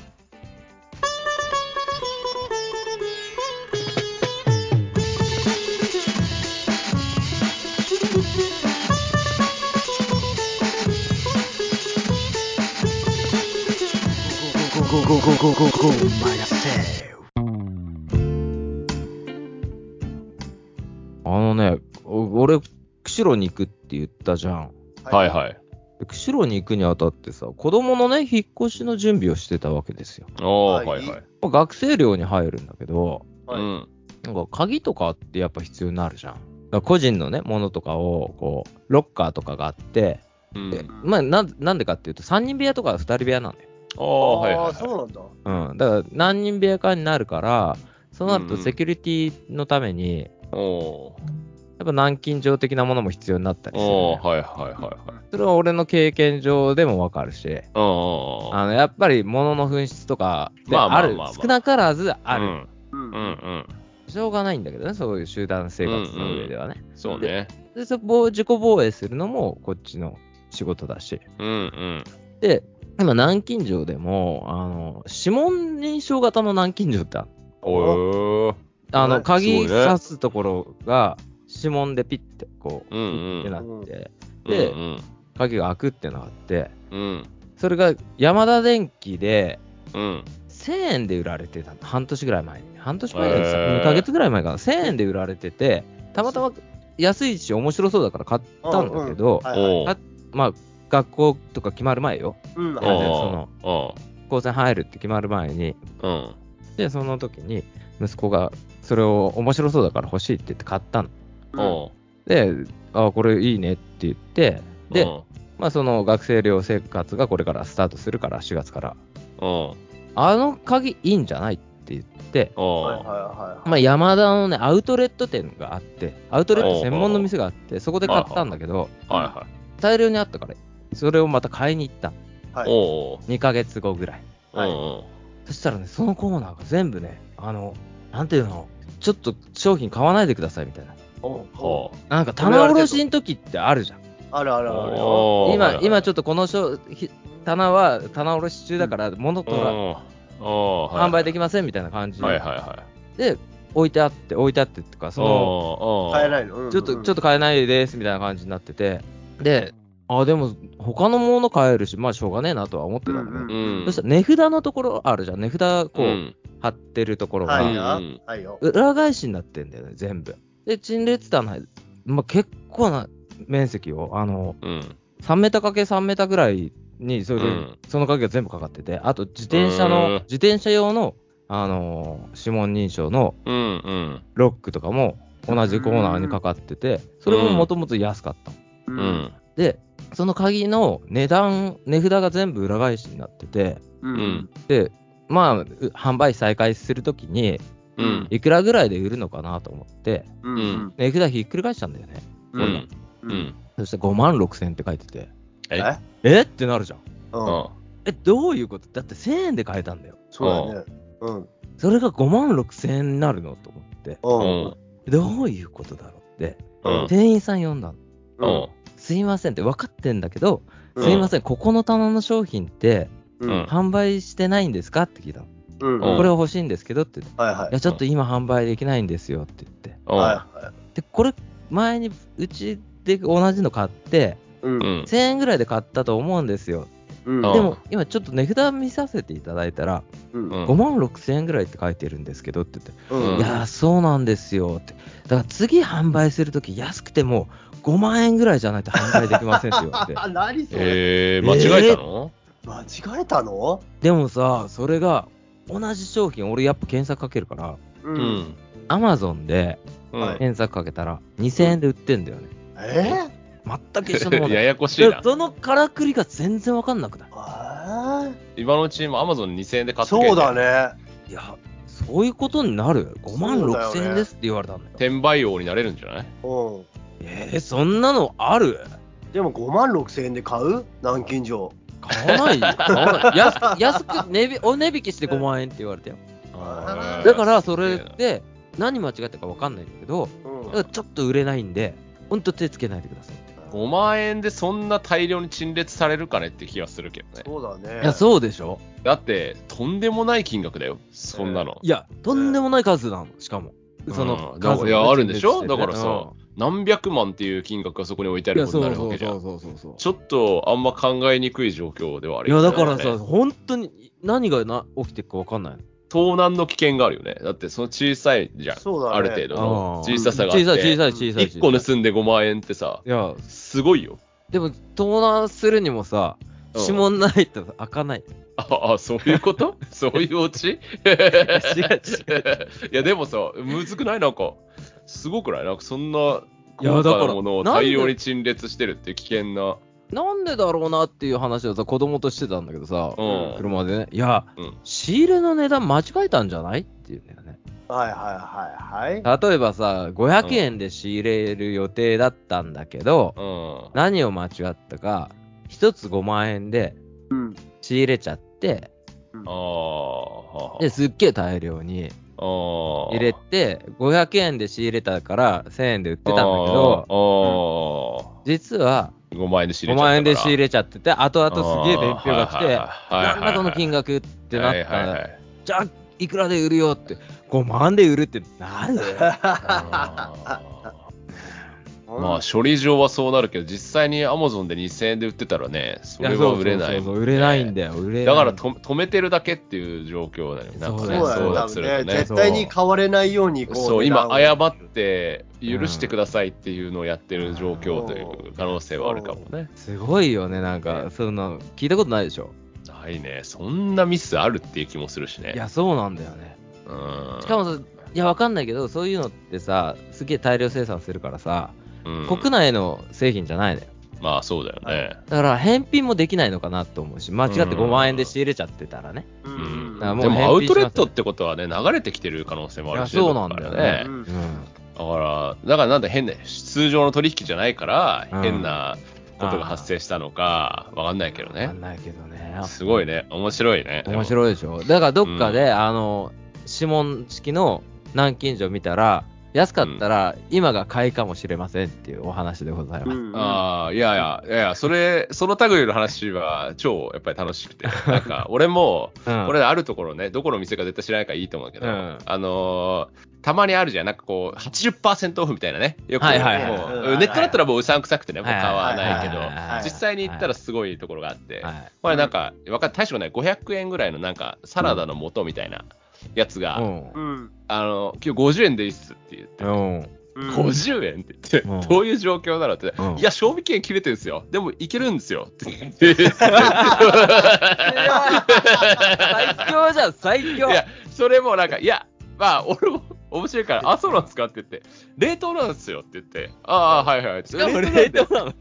Speaker 1: あのね、お俺、釧路に行くって言ったじゃん。
Speaker 2: はいはい。
Speaker 1: で釧路に行くにあたってさ、子供のね、引っ越しの準備をしてたわけですよ。
Speaker 2: おお
Speaker 3: はい
Speaker 2: はいはい。
Speaker 1: まあ学生寮に入るんだけど、
Speaker 2: う
Speaker 3: はい
Speaker 2: ん。
Speaker 1: なんか鍵とかってやっぱ必要になるじゃん。だから個人のね、ものとかを、こう、ロッカーとかがあって、
Speaker 2: うん
Speaker 1: でまあな、なんでかっていうと、3人部屋とか2人部屋なんだよ。
Speaker 2: あ
Speaker 3: あ
Speaker 2: あ、はいは
Speaker 3: あ
Speaker 2: い
Speaker 3: ー、そうなんだ。
Speaker 1: うん。だから、何人部屋かになるから、そうなる
Speaker 2: う
Speaker 1: と
Speaker 2: んうん
Speaker 1: セキュリティのために、
Speaker 2: おお
Speaker 1: やっぱ軟禁状的なものも必要になったりするね、
Speaker 2: おおはいはいはいはい。
Speaker 1: それは俺の経験上でもわかるし、
Speaker 2: うんうんうん
Speaker 1: あのやっぱり物の紛失とかで
Speaker 2: まあまあ
Speaker 1: ある
Speaker 2: まあまあ
Speaker 1: 少なからずあ
Speaker 2: う
Speaker 1: る、
Speaker 2: ん
Speaker 3: うん
Speaker 2: うんうん。
Speaker 1: しょうがないんだけどねそういう集団生活の上ではね、
Speaker 2: そうね。
Speaker 1: でそこを自己防衛するのもこっちの仕事だし
Speaker 2: うんうん。
Speaker 1: で今南京錠でもあの指紋認証型の南京錠ってある
Speaker 2: おお。
Speaker 1: あの
Speaker 3: ね
Speaker 1: 鍵
Speaker 2: すごいね
Speaker 1: 刺すところが指紋でピッてこう、
Speaker 2: うんうん
Speaker 1: ってなってで、
Speaker 2: うん
Speaker 1: 鍵が開くってのがあって
Speaker 2: うん
Speaker 1: それが山田電機で
Speaker 2: うん。
Speaker 1: 1000円で売られてたの半年ぐらい前に半年前で
Speaker 2: へ
Speaker 1: す
Speaker 2: ー
Speaker 1: 2ヶ月ぐらい前かな1000円で売られててたまたま安いし面白そうだから買ったんだけど、
Speaker 3: はいはい
Speaker 2: おお。
Speaker 1: あまあ学校とか決まる前よ
Speaker 3: うん。
Speaker 1: あれ
Speaker 3: はい
Speaker 1: で
Speaker 2: お
Speaker 1: その
Speaker 2: お
Speaker 1: 高専入るって決まる前に
Speaker 2: うん。
Speaker 1: でその時に息子がそれを面白そうだから欲しいって言って買ったの
Speaker 2: お
Speaker 1: であこれいいねって言って
Speaker 2: お。
Speaker 1: で、
Speaker 2: うん
Speaker 1: まあ、その学生寮生活がこれからスタートするから4月から
Speaker 2: お
Speaker 1: あの鍵いいんじゃないって言って
Speaker 2: お
Speaker 3: はいはい
Speaker 2: お
Speaker 3: はい。
Speaker 1: まあ、山田のね、アウトレット店があって、アウトレット専門の店があって、そこで買ったんだけど、
Speaker 2: は
Speaker 1: 大量にあったから、それをまた買いに行った。
Speaker 2: いはい。おお。
Speaker 1: 2ヶ月後ぐらい。
Speaker 2: うんうん。
Speaker 1: そしたらね、そのコーナーが全部ね、あの、なんていうの、ちょっと商品買わないでくださいみたいな。
Speaker 3: おお
Speaker 2: お
Speaker 1: なんか棚卸しの時ってあるじゃん。
Speaker 3: あるあるあるよ。
Speaker 2: お。
Speaker 1: 今、今ちょっ
Speaker 2: っ
Speaker 1: とこの商ひ棚は棚卸し中だから、物とら
Speaker 2: おお。
Speaker 1: 販売でき
Speaker 2: ま
Speaker 1: ませんみたいな感じ
Speaker 2: はいはいはい。
Speaker 1: で、置いてあって、置いてあってっていうか、その、
Speaker 2: おお。
Speaker 3: 買えないの。うん
Speaker 1: ちょっと、ちょっと買えないですみたいな感じになってて、で、あ、でも、他のもの買えるし、まあ、しょうがねえなとは思ってたのね。
Speaker 3: うん
Speaker 2: うん。
Speaker 1: そしたら値札のところあるじゃん。値札、こう、
Speaker 2: うん
Speaker 1: 貼ってるところが、
Speaker 3: はい
Speaker 2: うん
Speaker 3: よ。はいよ。
Speaker 1: 裏返しになってんだよね、全部。で、陳列棚、まあ、結構な面積を、あの、
Speaker 2: うん。
Speaker 1: 3メーター ×3 メーターぐらいにそれ、
Speaker 2: うん
Speaker 1: その鍵が全部かかってて、あと自転車
Speaker 2: うん
Speaker 1: の、自転車用の、あのー指紋認証の
Speaker 2: うんうん
Speaker 1: ロックとかも同じコーナーにかかってて、それももともと安かったの。
Speaker 3: う。
Speaker 2: うんん
Speaker 1: で、その鍵の値段、値札が全部裏返しになってて、
Speaker 3: うんん。
Speaker 1: で、まあ、う販売再開するときに、
Speaker 2: うん
Speaker 1: いくらぐらいで売るのかなと思って、
Speaker 3: うん。うん。
Speaker 1: 値札ひっくり返したんだよね。
Speaker 2: う
Speaker 3: うんん。
Speaker 2: うん
Speaker 1: そして5万6千って書いてて、
Speaker 2: え
Speaker 3: え
Speaker 1: えってなるじゃん。
Speaker 3: う。
Speaker 2: うんん
Speaker 1: え、どういうことだって1000円で買えたんだよ。
Speaker 3: そうだね。うん。
Speaker 1: それが5万6千円になるのと思って、
Speaker 3: うん。
Speaker 1: どういうことだろうって、
Speaker 2: うん
Speaker 1: 店員さん呼んだの。
Speaker 2: う
Speaker 3: うん
Speaker 2: ん
Speaker 1: すいませんって分かってんだけど、
Speaker 3: うん
Speaker 1: すいません、ここの棚の商品って
Speaker 3: うん。
Speaker 1: 販売してないんですかって聞いたの。
Speaker 3: うん。
Speaker 2: うん
Speaker 1: これは欲しいんですけどって言って、
Speaker 3: はいはい
Speaker 1: いや、。ちょっと今販売できないんですよって言って。
Speaker 2: うん
Speaker 3: はいはい。
Speaker 1: で、これ、前にうちで同じの買って、
Speaker 3: うん
Speaker 2: う。ん
Speaker 1: 1000円ぐらいで買ったと思うんですよ。
Speaker 3: うん。
Speaker 2: あ
Speaker 1: でも、今ちょっと値札見させていただいたら、
Speaker 3: うん。
Speaker 2: うん
Speaker 1: 5万6000円ぐらいって書いてるんですけどって言って、
Speaker 3: うん。
Speaker 1: いやー、そうなんですよって。だから次販売するとき安くても5万円ぐらいじゃないと販売できませんって言 われて。
Speaker 3: あ、何それ。
Speaker 2: えー、間違えたの
Speaker 3: 間違えたの
Speaker 1: でもさ、それが同じ商品、俺やっぱ検索かけるから、
Speaker 3: う。
Speaker 2: うんん。
Speaker 1: Amazon で
Speaker 2: うん
Speaker 1: 検索かけたら2000円で売ってんだよね。
Speaker 3: え
Speaker 1: 全く一緒のもの
Speaker 2: や
Speaker 1: だよ。
Speaker 2: やこしいな。
Speaker 1: そのからくりが全然わかんなくない。
Speaker 3: あ
Speaker 2: 今のうちも Amazon2000 円で買
Speaker 3: あ。
Speaker 2: ってけ
Speaker 3: そうだ。ね。
Speaker 1: いや、そういうことになる ?5 万
Speaker 3: そうだ
Speaker 1: 6000
Speaker 3: よ
Speaker 1: 円
Speaker 3: ね
Speaker 1: ですって言われたんだよ。
Speaker 2: 転売王になれるんじゃない
Speaker 3: うん。
Speaker 1: えー、そんなのある
Speaker 3: でも5万6千円で買う南京錠。
Speaker 1: 買わないよ。 買わない。安く、安く値引、お値引きして5万円って言われたよ。
Speaker 3: あー
Speaker 1: だから、それ
Speaker 2: すげえ
Speaker 1: で、何間違ったか分かんないんだけど、
Speaker 3: うん
Speaker 1: だからちょっと売れないんで、ほんと手つけないでくださいって。
Speaker 2: な5万円でそんな大量に陳列されるかねって気がするけどね。
Speaker 3: そうだね。
Speaker 1: いや、そうでしょ
Speaker 2: だって、とんでもない金額だよ、そんなの。
Speaker 1: いや、とんでもない数なの、しかも。その
Speaker 2: うんだ
Speaker 1: 数
Speaker 2: いやあるんでしょ
Speaker 1: ね
Speaker 2: だからさ
Speaker 1: う
Speaker 2: 何百万っていう金額がそこに置いてあ
Speaker 1: んいや、
Speaker 2: ること
Speaker 1: そ
Speaker 2: に
Speaker 1: う
Speaker 2: なる
Speaker 1: そ
Speaker 2: わ
Speaker 1: う
Speaker 2: けじゃ。
Speaker 1: そうんそうそうそう。
Speaker 2: ちょっとあんま考えにくい状況ではある
Speaker 1: い
Speaker 2: よ
Speaker 1: や、だ
Speaker 2: ね
Speaker 1: からさ、本当に何がな起きてるか分かんない。
Speaker 2: 盗難の危険があるよね。だって、その小さいじゃん。
Speaker 3: そうだね
Speaker 2: ある程度の
Speaker 1: あー
Speaker 2: 小ささがあって。
Speaker 1: 小さい、小さい、小さい。
Speaker 2: 1個盗んで5万円ってさ、
Speaker 1: いや、
Speaker 2: すごいよ。
Speaker 1: でも、盗難するにもさ、
Speaker 2: うん
Speaker 1: 指紋ないと開かない。
Speaker 2: ああ、そういうこと そういうオ チ
Speaker 1: 違う違
Speaker 2: いや、でもさ、むずくないなんか、すごくないなんか、そんな、
Speaker 1: いや
Speaker 2: 高価
Speaker 1: だか
Speaker 2: な
Speaker 1: ら
Speaker 2: ものを
Speaker 1: なんで
Speaker 2: 大量に陳列してるっていう危険な。
Speaker 1: なんでだろうなっていう話をさ、子供としてたんだけどさ、
Speaker 2: うん
Speaker 1: 車でね、いや、
Speaker 2: うん
Speaker 1: 仕入れの値段間違えたんじゃないっていうんだよね。
Speaker 3: はいはいはいはい。
Speaker 1: 例えばさ、500円で仕入れる予定だったんだけど、
Speaker 2: うん。
Speaker 1: 何を間違ったか、1つ5万円で
Speaker 3: うん。
Speaker 1: 仕入れちゃって、
Speaker 2: ああ。
Speaker 1: ですっげえ大量に
Speaker 2: ああ。
Speaker 1: 入れ
Speaker 2: て
Speaker 1: て、500円で仕入れたから1000円で売ってたんだけど、
Speaker 2: ああ。
Speaker 1: 実は
Speaker 2: 5万円で仕
Speaker 1: 5
Speaker 2: 入れちゃったから。
Speaker 1: 万円で仕入れちゃってて、後々すげえ伝票が来て、
Speaker 2: な
Speaker 1: なんだこの金額ってなった
Speaker 2: はいはいは
Speaker 1: ら、
Speaker 2: い
Speaker 1: じゃあいくらで売るよって、5万で売るってなる
Speaker 2: あーまあ、処理上はそうなるけど、実際に Amazon で2000円で売ってたらね、それは売れない
Speaker 1: やそうそうそうそう
Speaker 2: もんね
Speaker 1: 売れないんだよ、売れな
Speaker 2: だ
Speaker 1: い
Speaker 2: からと止めてるだけっていう状況だよね。なん
Speaker 1: そ
Speaker 2: か
Speaker 1: う
Speaker 2: ね
Speaker 1: だよ
Speaker 2: そう
Speaker 3: そう
Speaker 2: だ
Speaker 3: だ
Speaker 2: す
Speaker 3: ね
Speaker 2: るとね
Speaker 3: 絶。対に買われないようにこう
Speaker 2: そう、今、
Speaker 3: 値段
Speaker 2: 謝
Speaker 3: を
Speaker 2: って、許してくださいっていうのをやってる状況という可能性はあるかもね。
Speaker 1: すごいよね、なんか、その聞いたことないでしょ。
Speaker 2: ないね。そんなミスあるっていう気もするしね。
Speaker 1: いや、そうなんだよね。
Speaker 2: うん、
Speaker 1: しかもさ、いや、わかんないけど、そういうのってさ、すげえ大量生産するからさ、
Speaker 2: うん、
Speaker 1: 国内の製品じゃないのよ。
Speaker 2: まあ、そうだよね。
Speaker 1: だから返品もできないのかなと思うし、間違って
Speaker 2: う
Speaker 1: 5
Speaker 2: ん
Speaker 1: 万円で仕入れちゃってたらね。
Speaker 3: う
Speaker 2: うん
Speaker 1: だ
Speaker 2: ん、
Speaker 1: からもう
Speaker 2: でもアウト
Speaker 1: 返品し
Speaker 2: レット
Speaker 1: ますよ
Speaker 2: ってことはね、流れてきてる可能性もあるし、
Speaker 1: いやそうなんだよね
Speaker 2: どっかから
Speaker 3: う
Speaker 1: うんん。
Speaker 2: だから、だからなんだ変な、通常の取引じゃないから
Speaker 1: う、ん
Speaker 2: 変なことが発生したのか、わかんないけど
Speaker 1: わか
Speaker 2: ね
Speaker 1: ん。ないけどね。
Speaker 2: すごいね、面白いね。
Speaker 1: 面
Speaker 2: い。
Speaker 1: 白いでしょだからどっかで、あの指紋式の南京錠見たら安かったら今が買いかもしれませんっていうお話でございます、
Speaker 3: うん
Speaker 2: ああ、いやいや、いやいや、それ、その類の話は超やっぱり楽 しくて、なんか俺も、
Speaker 1: うん
Speaker 2: これあるところね、どこの店か絶対知らないからいいと思うけど、
Speaker 1: うん
Speaker 2: あのーたまにあるじゃん、なんかこう、80%オフみたいなね、よく、
Speaker 1: はいはい
Speaker 2: も
Speaker 3: はいう
Speaker 2: ネットだったらもううさんくさくてね、もう買わないけど
Speaker 1: は、はは
Speaker 2: 実際に行ったらすごいところがあって、
Speaker 1: はいはい
Speaker 2: これなんか、わかん大したことない、500円ぐらいのなんか、サラダの素みたいなやつが、
Speaker 1: うん
Speaker 3: うん
Speaker 2: あの、今日50円でいいっすって言って、
Speaker 1: うん
Speaker 2: 50円って言って、
Speaker 1: うん
Speaker 2: どういう状況なのって、
Speaker 1: うん
Speaker 2: いや、賞味期限切れてるんですよ。でも、いけるんで すよ。って言って。い
Speaker 1: 最強じゃん、最強。
Speaker 2: や、それもなんか、いや、まあ、俺も面白いから、あ、そうなんですかって言って、冷凍なんですよって言って、ああ、はいはい。
Speaker 1: しかも冷
Speaker 2: 凍なんで
Speaker 1: 凍なの。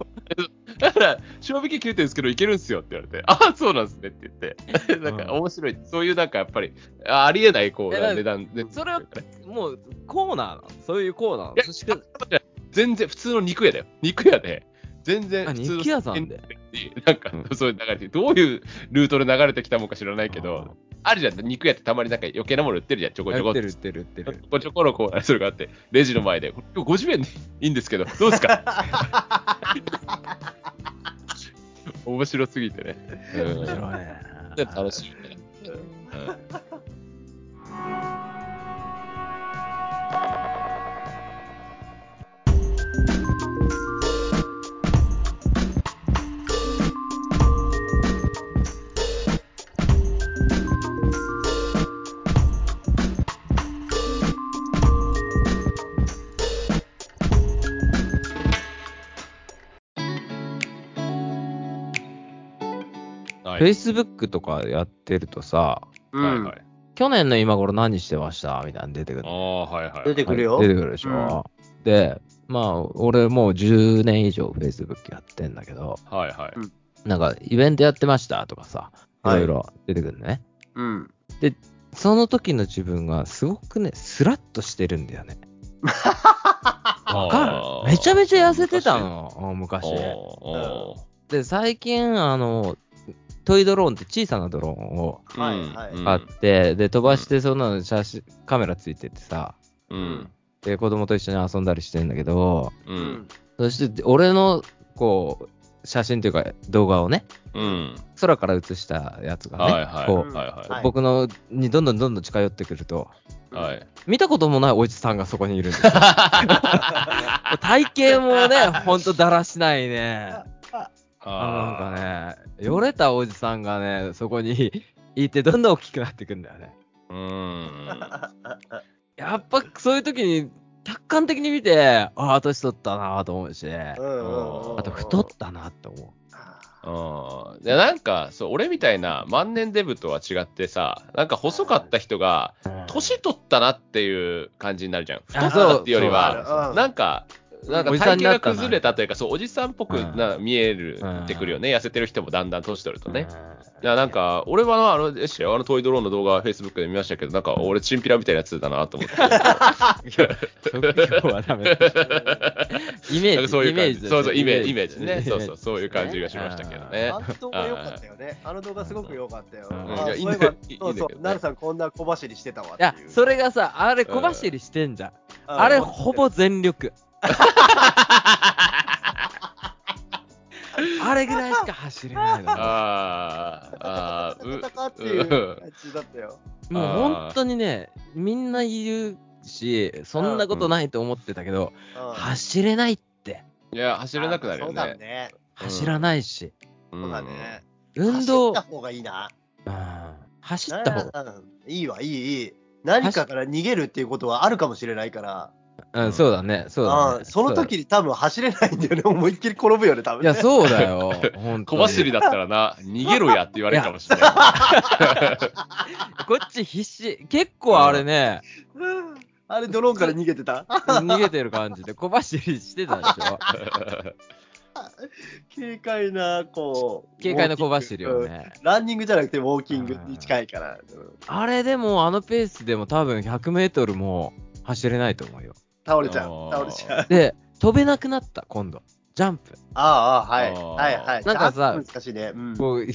Speaker 2: だから、賞味期限切れてるんですけど、いけるんですよって言われて、ああ、そうなんですねって言って、 なんか、面白い。そういう、なんか、やっぱり、あありえない、こう、
Speaker 1: いやだから
Speaker 2: 値段で。
Speaker 1: それはもうコーナーなの。そういうコーナーなの
Speaker 2: いや
Speaker 1: そして、
Speaker 2: 全然普通の肉屋だよ。肉屋で、全然
Speaker 1: あ
Speaker 2: 普通の
Speaker 1: 肉屋さんで。
Speaker 2: なんか、
Speaker 1: う
Speaker 2: そういう流れて、どういうルートで流れてきたもんか知らないけ
Speaker 1: あ
Speaker 2: ど、あるじゃん、肉屋ってたまになんか余計なもの売ってるじゃん、ちょこちょこ
Speaker 1: 売
Speaker 2: っ
Speaker 1: っててる、売。ってる、売ってる
Speaker 2: ち。ょこちょこのこう、それがあって、レジの前で、これ今日50円でいいんですけど、どうで すか面白すぎてね。うん
Speaker 1: 面白いね。
Speaker 2: で楽しいね。うんはい
Speaker 1: Facebook とかやってるとさ、
Speaker 3: うん
Speaker 2: はいはい。
Speaker 1: 去年の今頃何してましたみたいなの出てくる
Speaker 2: あ。あ、はいはい。
Speaker 3: 出てくるよ
Speaker 1: はい出てくるでしょ。で、まあ、俺もう10年以上 Facebook やってんだけど、
Speaker 2: はいはい。
Speaker 1: なんかイベントやってましたとかさ、い
Speaker 3: はい
Speaker 1: ろいろ出てくるのね。
Speaker 3: うん。
Speaker 1: その時の自分がすごくね、スラッとしてるんだよ ね。わかるめちゃめちゃ痩せてたの、うん昔。
Speaker 2: お
Speaker 1: で、最近、あの、トイドローンって小さなドローンを
Speaker 2: ー
Speaker 3: はい
Speaker 2: うん
Speaker 3: はい
Speaker 2: うん
Speaker 1: 買って、で、飛ばして、そんなの写真、カメラついててさ、
Speaker 2: うん。
Speaker 1: で、子供と一緒に遊んだりしてんだけど、
Speaker 2: う。。
Speaker 3: うん
Speaker 1: そして、俺の、こう、写真というか、動画をね、
Speaker 2: うん。
Speaker 1: 空から写したやつがね、
Speaker 2: はいはい
Speaker 1: こう、
Speaker 2: はい
Speaker 3: はい
Speaker 1: 僕のにどんどんどんどん近寄ってくると、
Speaker 2: はい。
Speaker 1: 見たこともないおじさんがそこにいるん ですよ。体型もね、ほんとだらしないね。あのなんかね、よれたおじさんがね、そこに いて、どんどん大きくなっていくんだよね。
Speaker 2: うん。
Speaker 1: やっぱそういう時に、客観的に見て、ああ、年取ったなと思うし、あ
Speaker 3: うんうんうん
Speaker 1: と太ったなと思
Speaker 2: うん、でなんかそう俺みたいな万年デブとは違ってさなんか細かった人が
Speaker 1: う。
Speaker 2: 年取ったなっていう感じになるじゃん太
Speaker 1: あ
Speaker 2: っ
Speaker 1: そう
Speaker 2: たっていうよりは
Speaker 3: は
Speaker 2: なんかなんか
Speaker 1: おじ
Speaker 2: 体
Speaker 1: さん
Speaker 2: 型
Speaker 1: になっ
Speaker 2: が
Speaker 1: たな
Speaker 2: 崩れたというかそうおじさんっぽくな見える
Speaker 1: うん
Speaker 2: ってくるよね痩せてる人もだんだん年取るとね
Speaker 1: う
Speaker 2: いやなんか、俺はあの、あれでしたよあのトイドローンの動画、Facebook で見ましたけど、なんか、俺、チンピラみたいなやつだなと思って。
Speaker 1: ん。職業は ダメだ。イメ
Speaker 2: なん
Speaker 1: ー
Speaker 2: か
Speaker 1: ジ、
Speaker 2: そういう
Speaker 1: イメ
Speaker 2: 感
Speaker 1: ー
Speaker 2: じ。
Speaker 1: ジだね。
Speaker 2: そうそう、イメージ、イ
Speaker 1: イメ
Speaker 2: メー
Speaker 1: ー
Speaker 2: ジ
Speaker 1: ジ
Speaker 2: ね。そうそう、そういう感じがし
Speaker 1: ね
Speaker 2: ましたけどね
Speaker 3: あ。の動画良かったよね。あの動画すごく良かったよ。
Speaker 1: うん
Speaker 3: あ
Speaker 2: いやいいん
Speaker 3: そうい
Speaker 2: だ
Speaker 3: えば
Speaker 2: いいんだけどね
Speaker 3: そうそう、なるさんこんな小走りしてたわっ
Speaker 1: い
Speaker 3: ていう
Speaker 1: や、それがさ、あれ小走りしてんじゃん。あれ、ほぼ全 力。あれぐらいしか走れないの。
Speaker 2: あーあー、う
Speaker 3: 戦っていう感じだったよ。
Speaker 1: もう本当にね、みんな言うし、そんなことないと思ってたけど、
Speaker 3: うん
Speaker 1: 走れないって、
Speaker 2: いや、走れなくなるよ
Speaker 3: あそうだ
Speaker 2: ね。
Speaker 3: ね。
Speaker 1: 走らないし、
Speaker 2: うん
Speaker 3: そうだね。
Speaker 1: 運動、
Speaker 3: 走った方がいいな。
Speaker 1: うん走った方が、
Speaker 3: うんいいわ、いい、いい。何かから逃げるっていうことはあるかもしれないから、
Speaker 1: うん、そうだね、そうだ
Speaker 3: うん
Speaker 1: ね。
Speaker 3: その時に多分走れないんだよね、思いっきり転ぶよね、多
Speaker 1: そ
Speaker 3: 分
Speaker 1: うだねいや、
Speaker 3: ね。
Speaker 1: そうだよ、本当
Speaker 2: 小
Speaker 1: に
Speaker 2: 走りだったらな、逃げろやって言われるかもしれない。
Speaker 1: こっち必死、結構あれね、
Speaker 3: うん あれ、ドローンから逃げてた
Speaker 1: 逃げてる感じで、小走りしてたでし ょ。
Speaker 3: 軽快な、こう。
Speaker 1: 軽快な小走りを
Speaker 3: うん。
Speaker 1: ね。
Speaker 3: ランニングじゃなくてウォーキングに近いから。うん
Speaker 1: あれでも、あのペースでも多分100メートルも走れないと思うよ。
Speaker 3: 倒れちゃ
Speaker 2: あー
Speaker 3: う、倒れちゃう。
Speaker 1: で、飛べなくなった、今度。ジャンプ。
Speaker 3: ああ、は
Speaker 2: あ
Speaker 3: い。
Speaker 2: ー
Speaker 3: はいはい。
Speaker 1: なんかさ
Speaker 3: 難しいね。うん
Speaker 1: こう、ジ